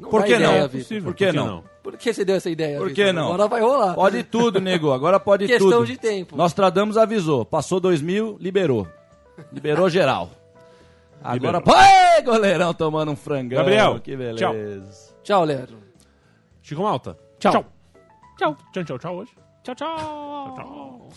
Não
Por
dá
que
ideia,
não?
Vitor.
Possível,
Por que não?
É Por que você deu essa ideia?
Por
Vitor?
que não?
Agora vai rolar.
Pode tudo, nego. Agora pode
Questão
tudo.
de tempo.
Nostradamus avisou. Passou 2000, liberou. Liberou geral. Agora,
Liberou.
pai, goleirão tomando um frangão.
Gabriel,
que beleza.
tchau.
Tchau, Leandro.
Chico Malta.
Tchau.
Tchau. Tchau, tchau, tchau hoje.
Tchau, tchau.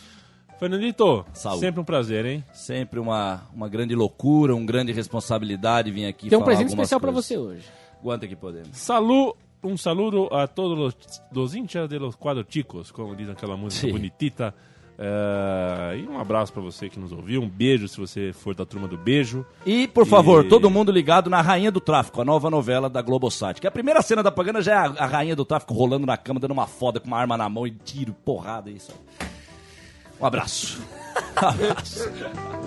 Fernandito,
Saúde.
sempre um prazer, hein?
Sempre uma, uma grande loucura, uma grande responsabilidade vir aqui
Tem um
falar
presente
algumas
especial pra
coisas.
você hoje.
Quanto é que podemos?
Salu, um saludo a todos los, los hinchas de los cuatro chicos, como diz aquela música
Sim.
bonitita. Eh, e um abraço pra você que nos ouviu, um beijo se você for da turma do beijo.
E, por favor,
E-
todo mundo ligado na Rainha do Tráfico, a nova novela da Globosat. Que a primeira cena da pagana já é a, a Rainha do Tráfico rolando na cama, dando uma foda com uma arma na mão e tiro, porrada, é isso aí. Um abraço. Um abraço.